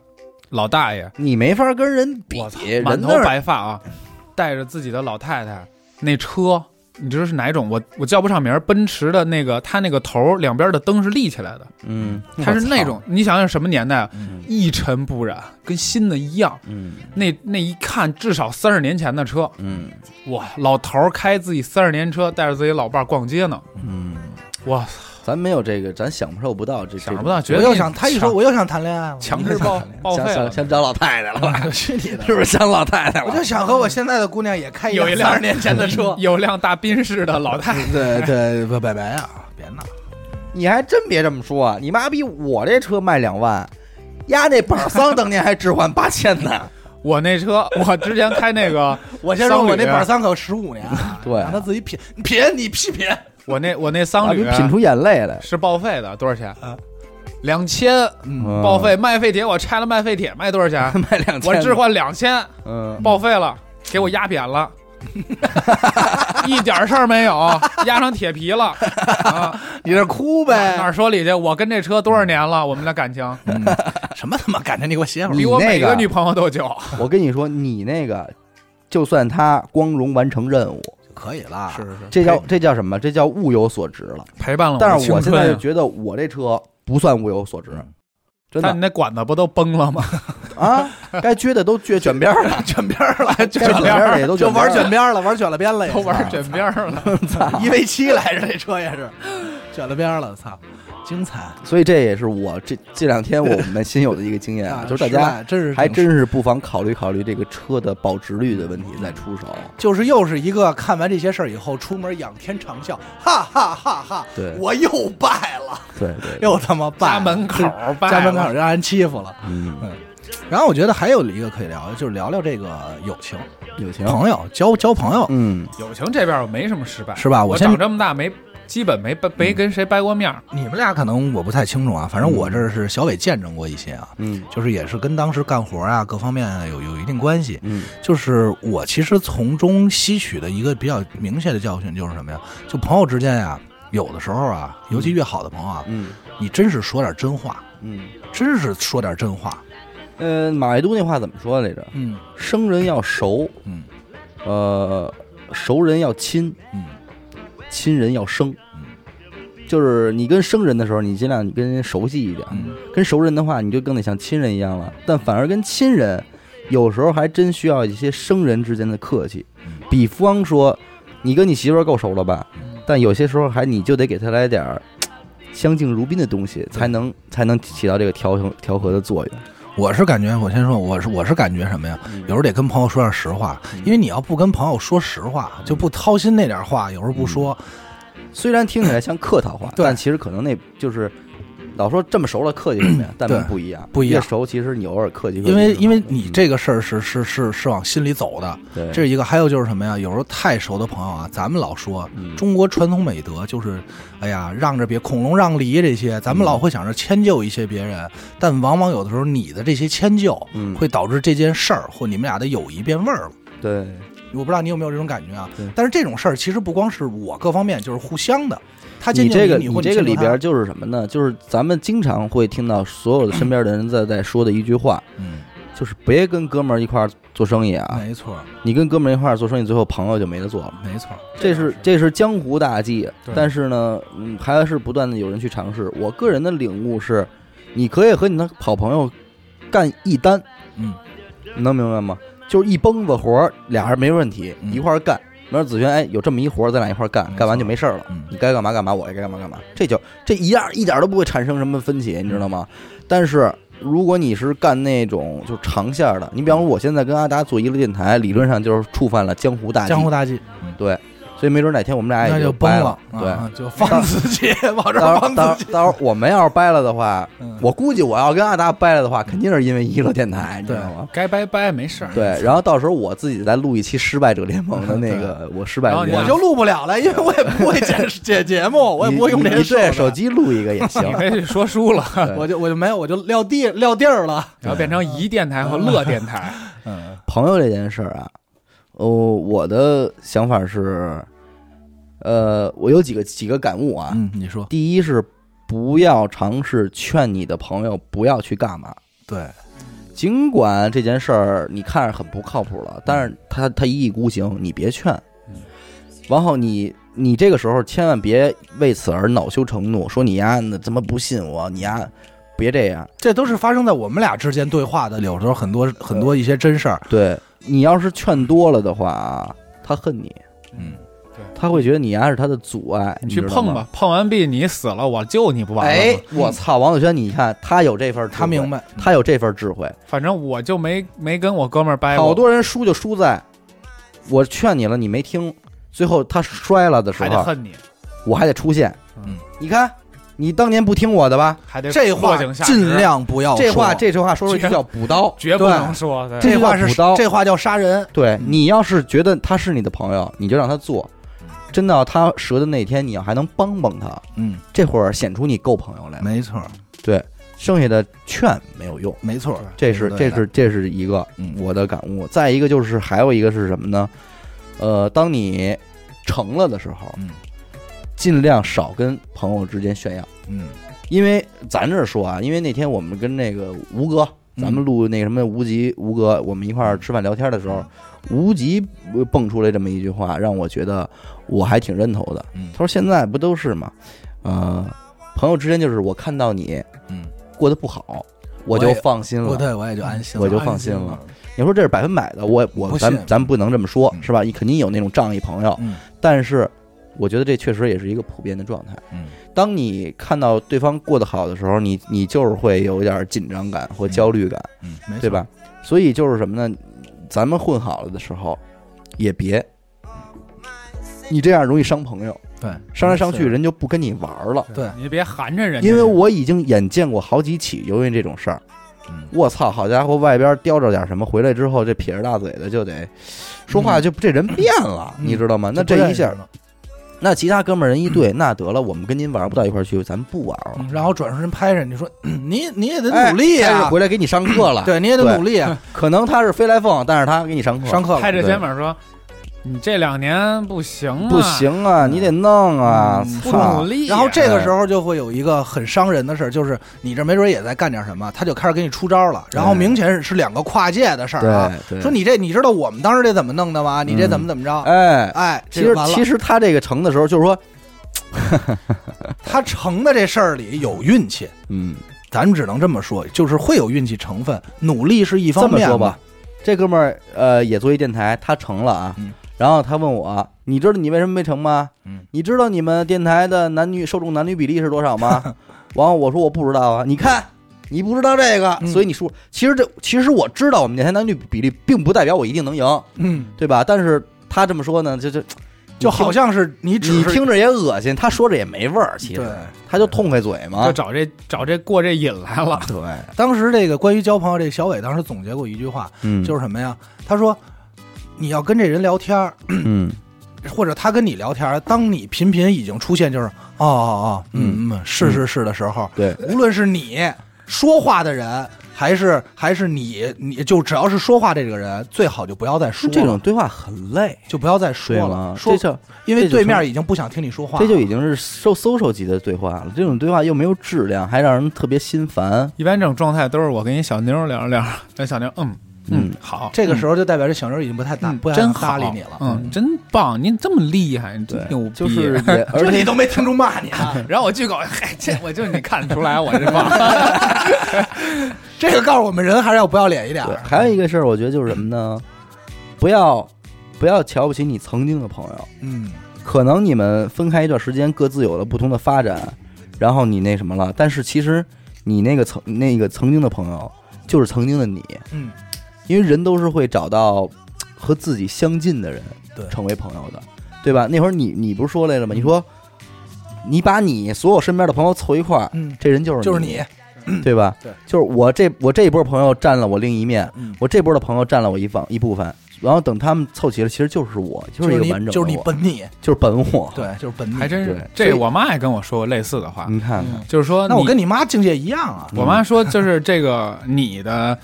老大爷，你没法跟人比我操，，满人头那儿白发啊，带着自己的老太太，那车你知道是哪种？我我叫不上名儿，奔驰的那个，它那个头儿两边的灯是立起来的，嗯，它是那我操种，你想想什么年代啊？嗯一尘不染，跟新的一样。嗯那那一看至少三十年前的车，嗯哇，老头儿开自己三十年车，带着自己老伴儿逛街呢，嗯。哇，咱没有这个，咱享受不到这想不到，绝我对又想他一说强我又想谈恋爱了，强制报报这种废想想，了想找老太太了 吧？去你的！是不是想老太太我就了？想和我现在的姑娘也开有一辆。三十年前的车有辆大宾士的老太太，对对，不拜拜啊，别闹！你还真别这么说啊，你妈逼我这车卖两万，丫那板桑当年还置换八千 呢。我那车，我之前开那个， 我先说，我那板桑桑可十五年了，对啊让他自己品品，你屁品！旅，我那我那妈桑逼旅啊品出眼泪来，是报废的，多少钱啊？两千，嗯报废卖废铁，我拆了卖废铁卖多少钱？ 卖两千，我置，换两千，嗯，报废了，给我压扁 了。一点事儿没有，压成铁 皮了。啊、你这哭哪呗儿？说理去？我跟这车多少年了？我们的感情什么他妈感觉你给我歇会儿你比我每那个女朋友都久。我跟你说，你那个，就算他光荣完成任务，可以了，是是，这叫这叫什么？这叫物有所值了。陪伴了但的是我现青在春就。觉得我这车不算物有所值，真但的你那管子不都崩了吗？ 啊，该撅的都撅 卷边儿了，卷边儿 了，卷该卷边儿的也都就玩边儿了卷边儿了，玩卷了边了也是，都玩卷边 儿了。一 v 七来着，这车也是 卷了边儿了，操，精彩！所以这也是我这这两天我们新有的一个经验啊，就是大实家在真是还挺真是不妨考虑考虑这个车的保值率的问题再出手。就是又是一个看完这些事儿以后，出门仰天长啸，哈哈哈哈！对我又败了，对对，又他妈败了，家门口儿败家门了口儿让人欺负了。嗯嗯，然后我觉得还有一个可以聊，就是聊聊这个友情、友情，朋友、交交朋友，嗯，友情这边我没什么失败，是吧？我先长这么大没基本没掰没跟谁掰过面儿。你们俩可能我不太清楚啊，反正我这儿是小伟见证过一些啊，嗯就是也是跟当时干活啊各方面啊有有一定关系。嗯就是我其实从中吸取的一个比较明显的教训就是什么呀？就朋友之间呀、有的时候啊，尤其越好的朋友啊，嗯你真是说点真话，嗯，真是说点真话。呃，马未都那话怎么说来着？嗯生人要熟，嗯呃，熟人要亲，嗯亲人要生嗯。就是你跟生人的时候，你尽量你跟人熟悉一点；嗯跟熟人的话，你就更得像亲人一样了。但反而跟亲人，有时候还真需要一些生人之间的客气。嗯比方说，你跟你媳妇儿够熟了吧？但有些时候还你就得给她来点儿嘖相敬如宾的东西，才能才能起到这个调和调和的作用。我是感觉，我先说，我是我是感觉什么呀？有时候得跟朋友说点实话，因为你要不跟朋友说实话，就不掏心那点话，有时候不说，虽然听起来像客套话，对但其实可能那就是老说这么熟了客气什么 呀？但对不一样，不一样越熟其实你偶尔客气客气因为因为嗯你这个事儿是是是是往心里走的，对这是一个。还有就是什么呀？有时候太熟的朋友啊，咱们老说嗯中国传统美德就是，哎呀，让着别孔融让梨这些，咱们老会想着迁就一些别人，但往往有的时候你的这些迁就嗯会导致这件事儿或你们俩的友谊变味儿了。对我不知道你有没有这种感觉啊对？但是这种事儿其实不光是我各方面，就是互相的。他你迁就这个你或这迁个就里他边，就是什么呢？就是咱们经常会听到所有的身边的人在在说的一句话，嗯，就是别跟哥们儿一块儿做生意啊，没错，你跟哥们儿一块儿做生意，最后朋友就没得做了。没错，这是这是江湖大忌对，但是呢，嗯，还是不断的有人去尝试。我个人的领悟是，你可以和你的好朋友干一单，嗯，你能明白吗？就是一蹦子活儿，俩人没问题，嗯一块儿干。没准子轩，哎，有这么一活儿，咱俩一块儿干没，错干完就没事儿了。嗯你该干嘛干嘛，我也该干嘛干嘛。这就这一样，一点都不会产生什么分歧，你知道吗？但是如果你是干那种就长线儿的，你比方说我现在跟阿达做娱乐电台，理论上就是触犯了江湖大忌，江湖大忌，对，所以没准哪天我们俩那也就崩哎掰了，对，啊就放自己往这到时候儿 放到自时候。己到时候我们要是掰了的话，嗯我估计我要跟阿达掰了的话，肯定是因为娱乐电台，你知道吗？该掰掰没 事儿。对，然后到时候我自己再录一期失败者联盟的那个，我失败者联我盟，就录不了了，因为我也不 会剪剪节目，我也不会用这你你些对手手机，机录一个也行 你。可以去说书了，对我就我就没有，我就撂地撂地儿了。然后变成宜电台和乐电台。嗯朋友这件事儿啊，哦，我的想法是，呃，我有几个几个感悟啊。嗯，你说第一是不要尝试劝你的朋友不要去干嘛，对，尽管这件事儿你看着很不靠谱了，但是他他一意孤行，你别劝嗯。然后你你这个时候千万别为此而恼羞成怒，说你呀那怎么不信我，你呀别这样。这都是发生在我们俩之间对话的，有时候很多很多一些真事儿。对你要是劝多了的话啊，他恨你，嗯，他会觉得你呀是他的阻碍。你你去知道吗碰吧，，碰完壁你死了，我救你不完了吗？哎，我操，王子轩，你看他有这份儿智慧，他明白，他有这份儿智慧。反正我就没没跟哎我哥们儿掰过，好多人输就输在，我劝你了，你没听，最后他摔了的时还得候，恨你，我还得出现。嗯，你看，你当年不听我的吧？还得这话落井下石尽量不要这话说这句话说出去绝叫补刀。绝不能说。对这这话叫是补刀这话叫杀人。对嗯你要是觉得他是你的朋友，你就让他做。真到他折的那天，你要还能帮帮他，嗯，这会儿显出你够朋友来了。没错，对，剩下的劝没有用，没错，这是这对的是这是一个嗯我的感悟。再一个就是还有一个是什么呢？呃，当你成了的时候，嗯尽量少跟朋友之间炫耀。嗯因为咱这儿说啊，因为那天我们跟那个吴哥，嗯咱们录那什么无极吴哥，我们一块儿吃饭聊天的时候，嗯无极呃蹦出来这么一句话，让我觉得我还挺认头的。嗯他说现在不都是嘛，呃，朋友之间就是我看到你嗯，过得不好，我就也放心嗯我了。对我也就安心了，我就放心了。你说这是百分百的，我我不咱信咱不能这么说，嗯是吧？你肯定有那种仗义朋友，嗯但是我觉得这确实也是一个普遍的状态。嗯当你看到对方过得好的时候，你你就是会有一点紧张感或焦虑感，嗯，没错对？吧？所以就是什么呢？咱们混好了的时候，也别你这样容易伤朋友，对，伤来伤没去错人就不跟你玩了。对嗯你别含着人家，因为我已经眼见过好几起，由于这种事儿，嗯我操，好家伙，外边叼着点什么，回来之后这撇着大嘴的就得说话就这人变了，嗯你知道吗？那就不这认一识下，了，那其他哥们儿人一 对，那得了，我们跟您玩不到一块儿去，咱们不玩了。嗯然后转身拍着你说， 嗯你你也得哎努力他呀是，回来给你上课了，对，你也得对 努力啊，可能他是飞来凤，但是他给你上课，上课了拍着肩膀说：“你这两年不行啊，不，行嗯啊，你得弄啊，不努操！力啊。”然后这嗯个时候就会有一个很伤人的事儿，就是你这没准也在干点什么，他就开始给你出招了。然后明显是两个跨界的事儿啊，嗯对对，说你这你知道我们当时这怎么弄的吗？你这怎么怎么着？哎，哎，其这就实完了其实他这个成的时候，就是说，他成的这事儿里有运气，嗯，咱们只能这么说，就是会有运气成分，努力是一这方么面。说吧，，这哥们儿呃也做一电台，他成了啊嗯。然后他问我：“你知道你为什么没成吗？嗯你知道你们电台的男女受众男女比例是多少吗？” 然后我说：“我不知道啊。”你看，你不知道这个，嗯所以你输。其实这其实我知道我们电台男女比例，并不代表我一定能赢，嗯，对吧？但是他这么说呢，就就就好像是你只你是听着也恶心，他说着也没味儿，其对实他就痛快嘴嘛就。找这找这过这瘾来 了。对，当时这个关于交朋友，这小伟当时总结过一句话，嗯，就是是什么呀？他说，你要跟这人聊天儿，嗯，或者他跟你聊天儿，当你频频已经出现就是哦哦哦，嗯嗯，是是是的时候，对，无论是你说话的人，还是还是你，你就只要是说话这个人，最好就不要再说了这种对话很累，就不要再说对了吗，？说这就因为这就对面成已经不想听你说话了，这就已经是受 social 级的对话了，这种对话又没有质量，还让人特别心烦。一般这种状态都是我跟一小妞聊着聊着，那小妞嗯嗯好，这个时候候就代表这小妞已经不太搭，不太嗯真搭好理你了。嗯，真棒，你这么厉害，你真对牛，逼。就是也 而这你且都没听出骂 你啊！ 然后我巨狗，嗨，这我就你看得出来我这棒， 这个告诉我们人还是要不要脸一点儿。对，还有一个事儿，我觉得就是什么呢？不要不要瞧不起你曾经的朋友，嗯，可能你们分开一段时间，各自有了不同的发展，然后你那什么了，但是其实你那个曾那个曾经的朋友就是曾经的你，嗯，因为人都是会找到和自己相近的人，对嗯成为朋友的，对吧？那会儿你你不是说来着吗？你说你把你所有身边的朋友凑一块儿，嗯，这人就是就是你，对吧？对，就是我这我这一波朋友占了我另一面，嗯我这波的朋友占了我一方一部分，然后等他们凑齐了，其实就是我，嗯就就是一是个完你，整的我，哦就是你本你，就是本我。对，就是本你。还真对是。这我妈也跟我说过类似的话，你看看，嗯，就是说那我啊你跟你妈境界一样啊。我妈说，就是这个你的，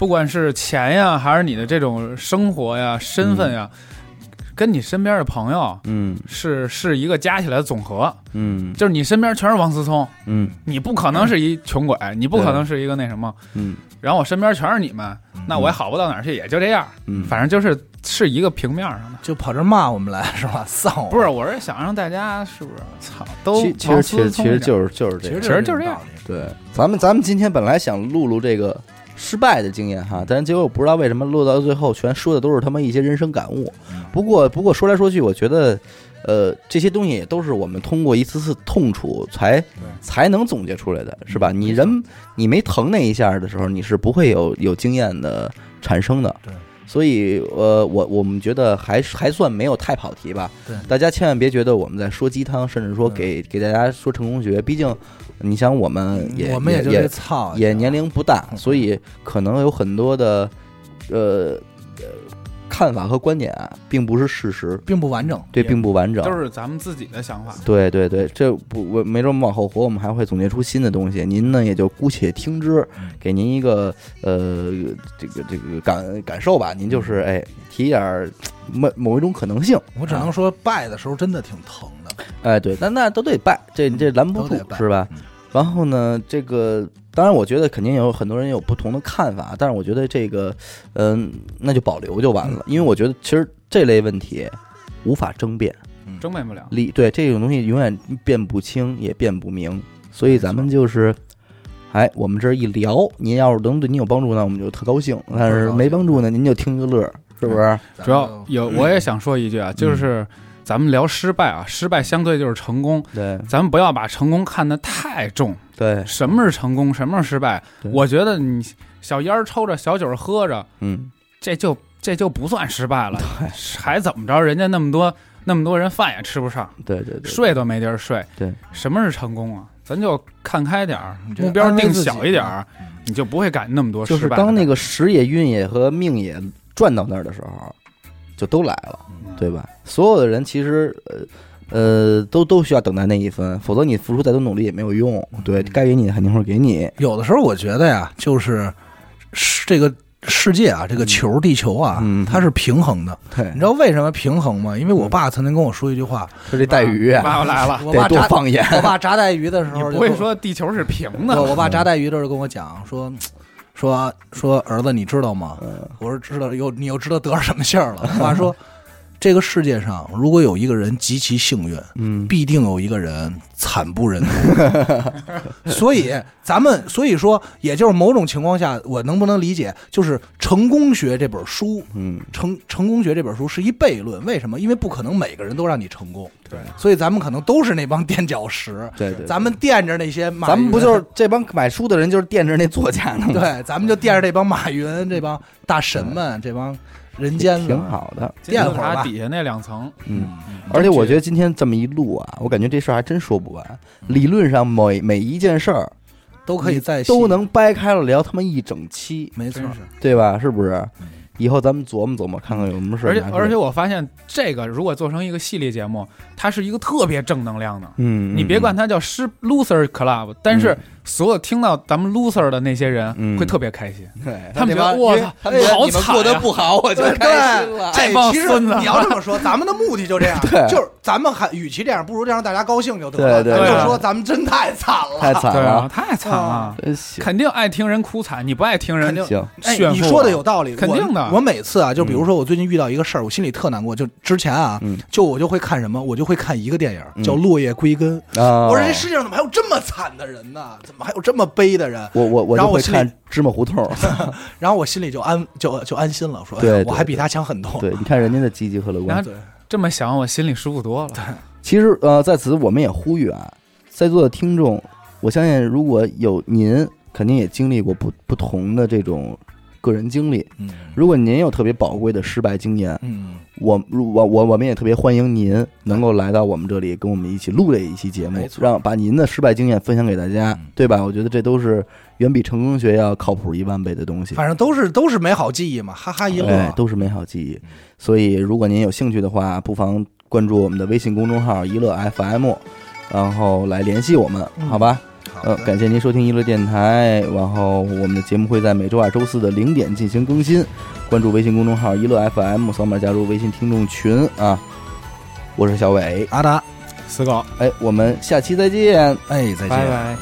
不管是钱呀，还是你的这种生活呀、身份呀，跟你身边的朋友嗯是是一个加起来的总和。嗯就是你身边全是王思聪，嗯你不可能是一穷鬼，你不可能是一个那什么。嗯然后我身边全是你们，那我也好不到哪儿去，也就这样。嗯，反正就是是一个平面上的。就跑这儿骂我们来是吧？丧我，不是，我是想让大家是不是？操，都其其实其实其实是就是就是这其样实其实就这是个这道样理。对，咱们咱们今天本来想录录这个失败的经验哈，但是结果我不知道为什么录到最后全说的都是他妈一些人生感悟。嗯不过不过说来说去，我觉得，呃，这些东西也都是我们通过一次次痛楚才才能总结出来的，是吧？嗯你人你没疼那一下的时候，你是不会有有经验的产生的。对。所以，呃，我我们觉得还是还算没有太跑题吧。对大家千万别觉得我们在说鸡汤，甚至说给给大家说成功学。毕竟，你想我们嗯也嗯我们也就这也操，也年龄不大，啊嗯所以可能有很多的呃呃看法和观点啊，并不是事实，并不完整。对，也并不完整都。是咱们自己的想法。对对对，这不我没准我们往后活，我们还会总结出新的东西。您呢也就姑且听之，嗯给您一个呃这个这个感感受吧。您就是嗯哎提一点儿某某一种可能性。我只能啊说，拜的时候真的挺疼的。哎对，但那都得拜，这这拦不都住得拜是吧？嗯然后呢，这个当然，我觉得肯定有很多人有不同的看法，但是我觉得这个，嗯、那就保留就完了，因为我觉得其实这类问题无法争辩，争辩不了。理对这种东西永远辩不清也辩不明，所以咱们就是，哎，我们这儿一聊，您要是能对您有帮助呢，我们就特高兴；但是没帮助呢，您就听个乐儿，是不是？咱主要们有，我也想说一句啊，就是咱们聊失败啊，失败相对就是成功，对咱们不要把成功看得太重。嗯对，什么是成功，什么是失败？对我觉得你小烟儿抽着，小酒儿喝着，嗯，这就这就不算失败了，还怎么着？人家那么多那么多人饭也吃不上，对对对，睡都没地儿睡，对，什么是成功啊？咱就看开点儿，这目标安慰定自己小一点儿嗯，你就不会赶那么多就哦失是败。当那个时也、运也和命也转到那儿的时候，就都来了，对吧？所有的人其实呃呃都都需要等待那一分，否则你付出再多努力也没有用。对，该给你的肯定会给你。有的时候我觉得呀，就是是这个世界啊，这个球地球啊，嗯它是平衡的。对你，知道为什么平衡吗？因为我爸曾经跟我说一句话，就这带鱼啊，爸 爸来了，我得爸多炸放 眼。我爸炸带鱼的时你候，不会。说地球是平的我我爸嗯炸带鱼的时候跟我讲说。说啊说儿子，你知道吗？嗯我说知道，又你又知道得着什么信儿了？我爸说，这个世界上如果有一个人极其幸运，嗯，必定有一个人惨不忍睹。 所以咱们所以说，也就是某种情况下，我能不能理解，就是《成功学》这本书，嗯， 《成成功学》这本书是一悖论。为什么？因为不可能每个人都让你成功。对，所以咱们可能都是那帮垫脚石，对对对咱们垫着那些马云，咱们不就是这帮买书的人，就是惦着那作家呢吗？ 对，咱们就垫着这帮马云、这帮大神们、这帮人间挺子挺。好的。垫会儿吧它底下那两层，嗯，而且我觉得今天这么一录啊，我感觉这事儿还真说不完。理论上每每一件事儿都可以再细都能掰开了聊他妈一整期，没错真是对吧？是不是？以后咱们琢磨琢磨，看看有什么事儿。而且而且，我发现这个如果做成一个系列节目，它是一个特别正能量的。嗯，你别管它叫失 loser club，但是所有听到咱们 loser 的那些嗯人会特别开心。对，他们觉那得帮我因为操他们觉得好你们惨过得呀不好，我就对开心了。这哎帮其实孙子你要这么说，咱们的目的就这样，对就是咱们还与其这样，不如就让大家高兴就得了。对咱对就对说咱们真太惨了，太惨对啊，了，太惨了，真哎行肯定爱听人哭惨，你不爱听人肯定行，哎，炫你富说的啊有道理，肯定的我。我每次啊，就比如说我最近遇到一个事儿，我心里特难过。就之前啊，嗯就我就会看什么，我就会看一个电影，叫《嗯落叶归根》。啊！我说这世界上怎么还有这么惨的人呢？怎么还有这么悲的人？我我我然就后我会心里看芝麻胡同儿， 然后我心里就安就就安心了，我说哎对对呀我还比他强很多。对，你看人家的积极和乐观然。后对这么想，我心里舒服多了。其实呃，在此我们也呼吁啊，在座的听众，我相信如果有您，肯定也经历过不不同的这种个人经历。嗯如果您有特别宝贵的失败经验，嗯，我如我我我们也特别欢迎您能够来到我们这里，跟我们一起录这一期节目没，错嗯让把您的失败经验分享给大家，对吧？我觉得这都是远比成功学要靠谱一万倍的东西。反正都是都是美好记忆嘛，哈哈一嗯对，乐。都是美好记忆。所以，如果您有兴趣的话，不妨关注我们的微信公众号“一乐 FM”，然后来联系我们，嗯好吧？好呃，的感谢您收听一乐电台，然后我们的节目会在每周二、周四的零点进行更新。关注微信公众号“一乐 FM”，扫码加入微信听众群啊！我是小伟，阿达，死狗，哎，我们下期再见。哎，再见。拜。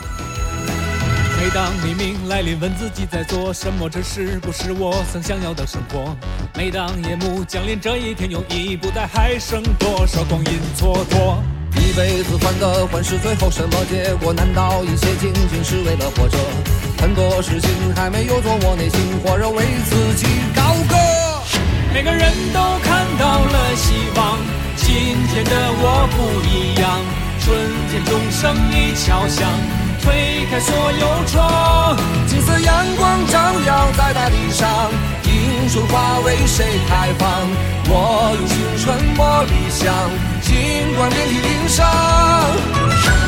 每当黎明来临，问自己在做什么，这是不是我曾想要的生活？每当夜幕降临，这一天又一不待还剩多少光阴蹉跎？一辈子患得患失，最后什么结果？难道一切仅仅是为了活着？很多事情还没有做，我内心火热为自己高歌。每个人都看到了希望，今天的我不一样。春天钟声已敲响，推开所有窗。金色阳光照耀在大地上，英雄化为谁开放？我用青春磨理想，尽管遍体鳞伤。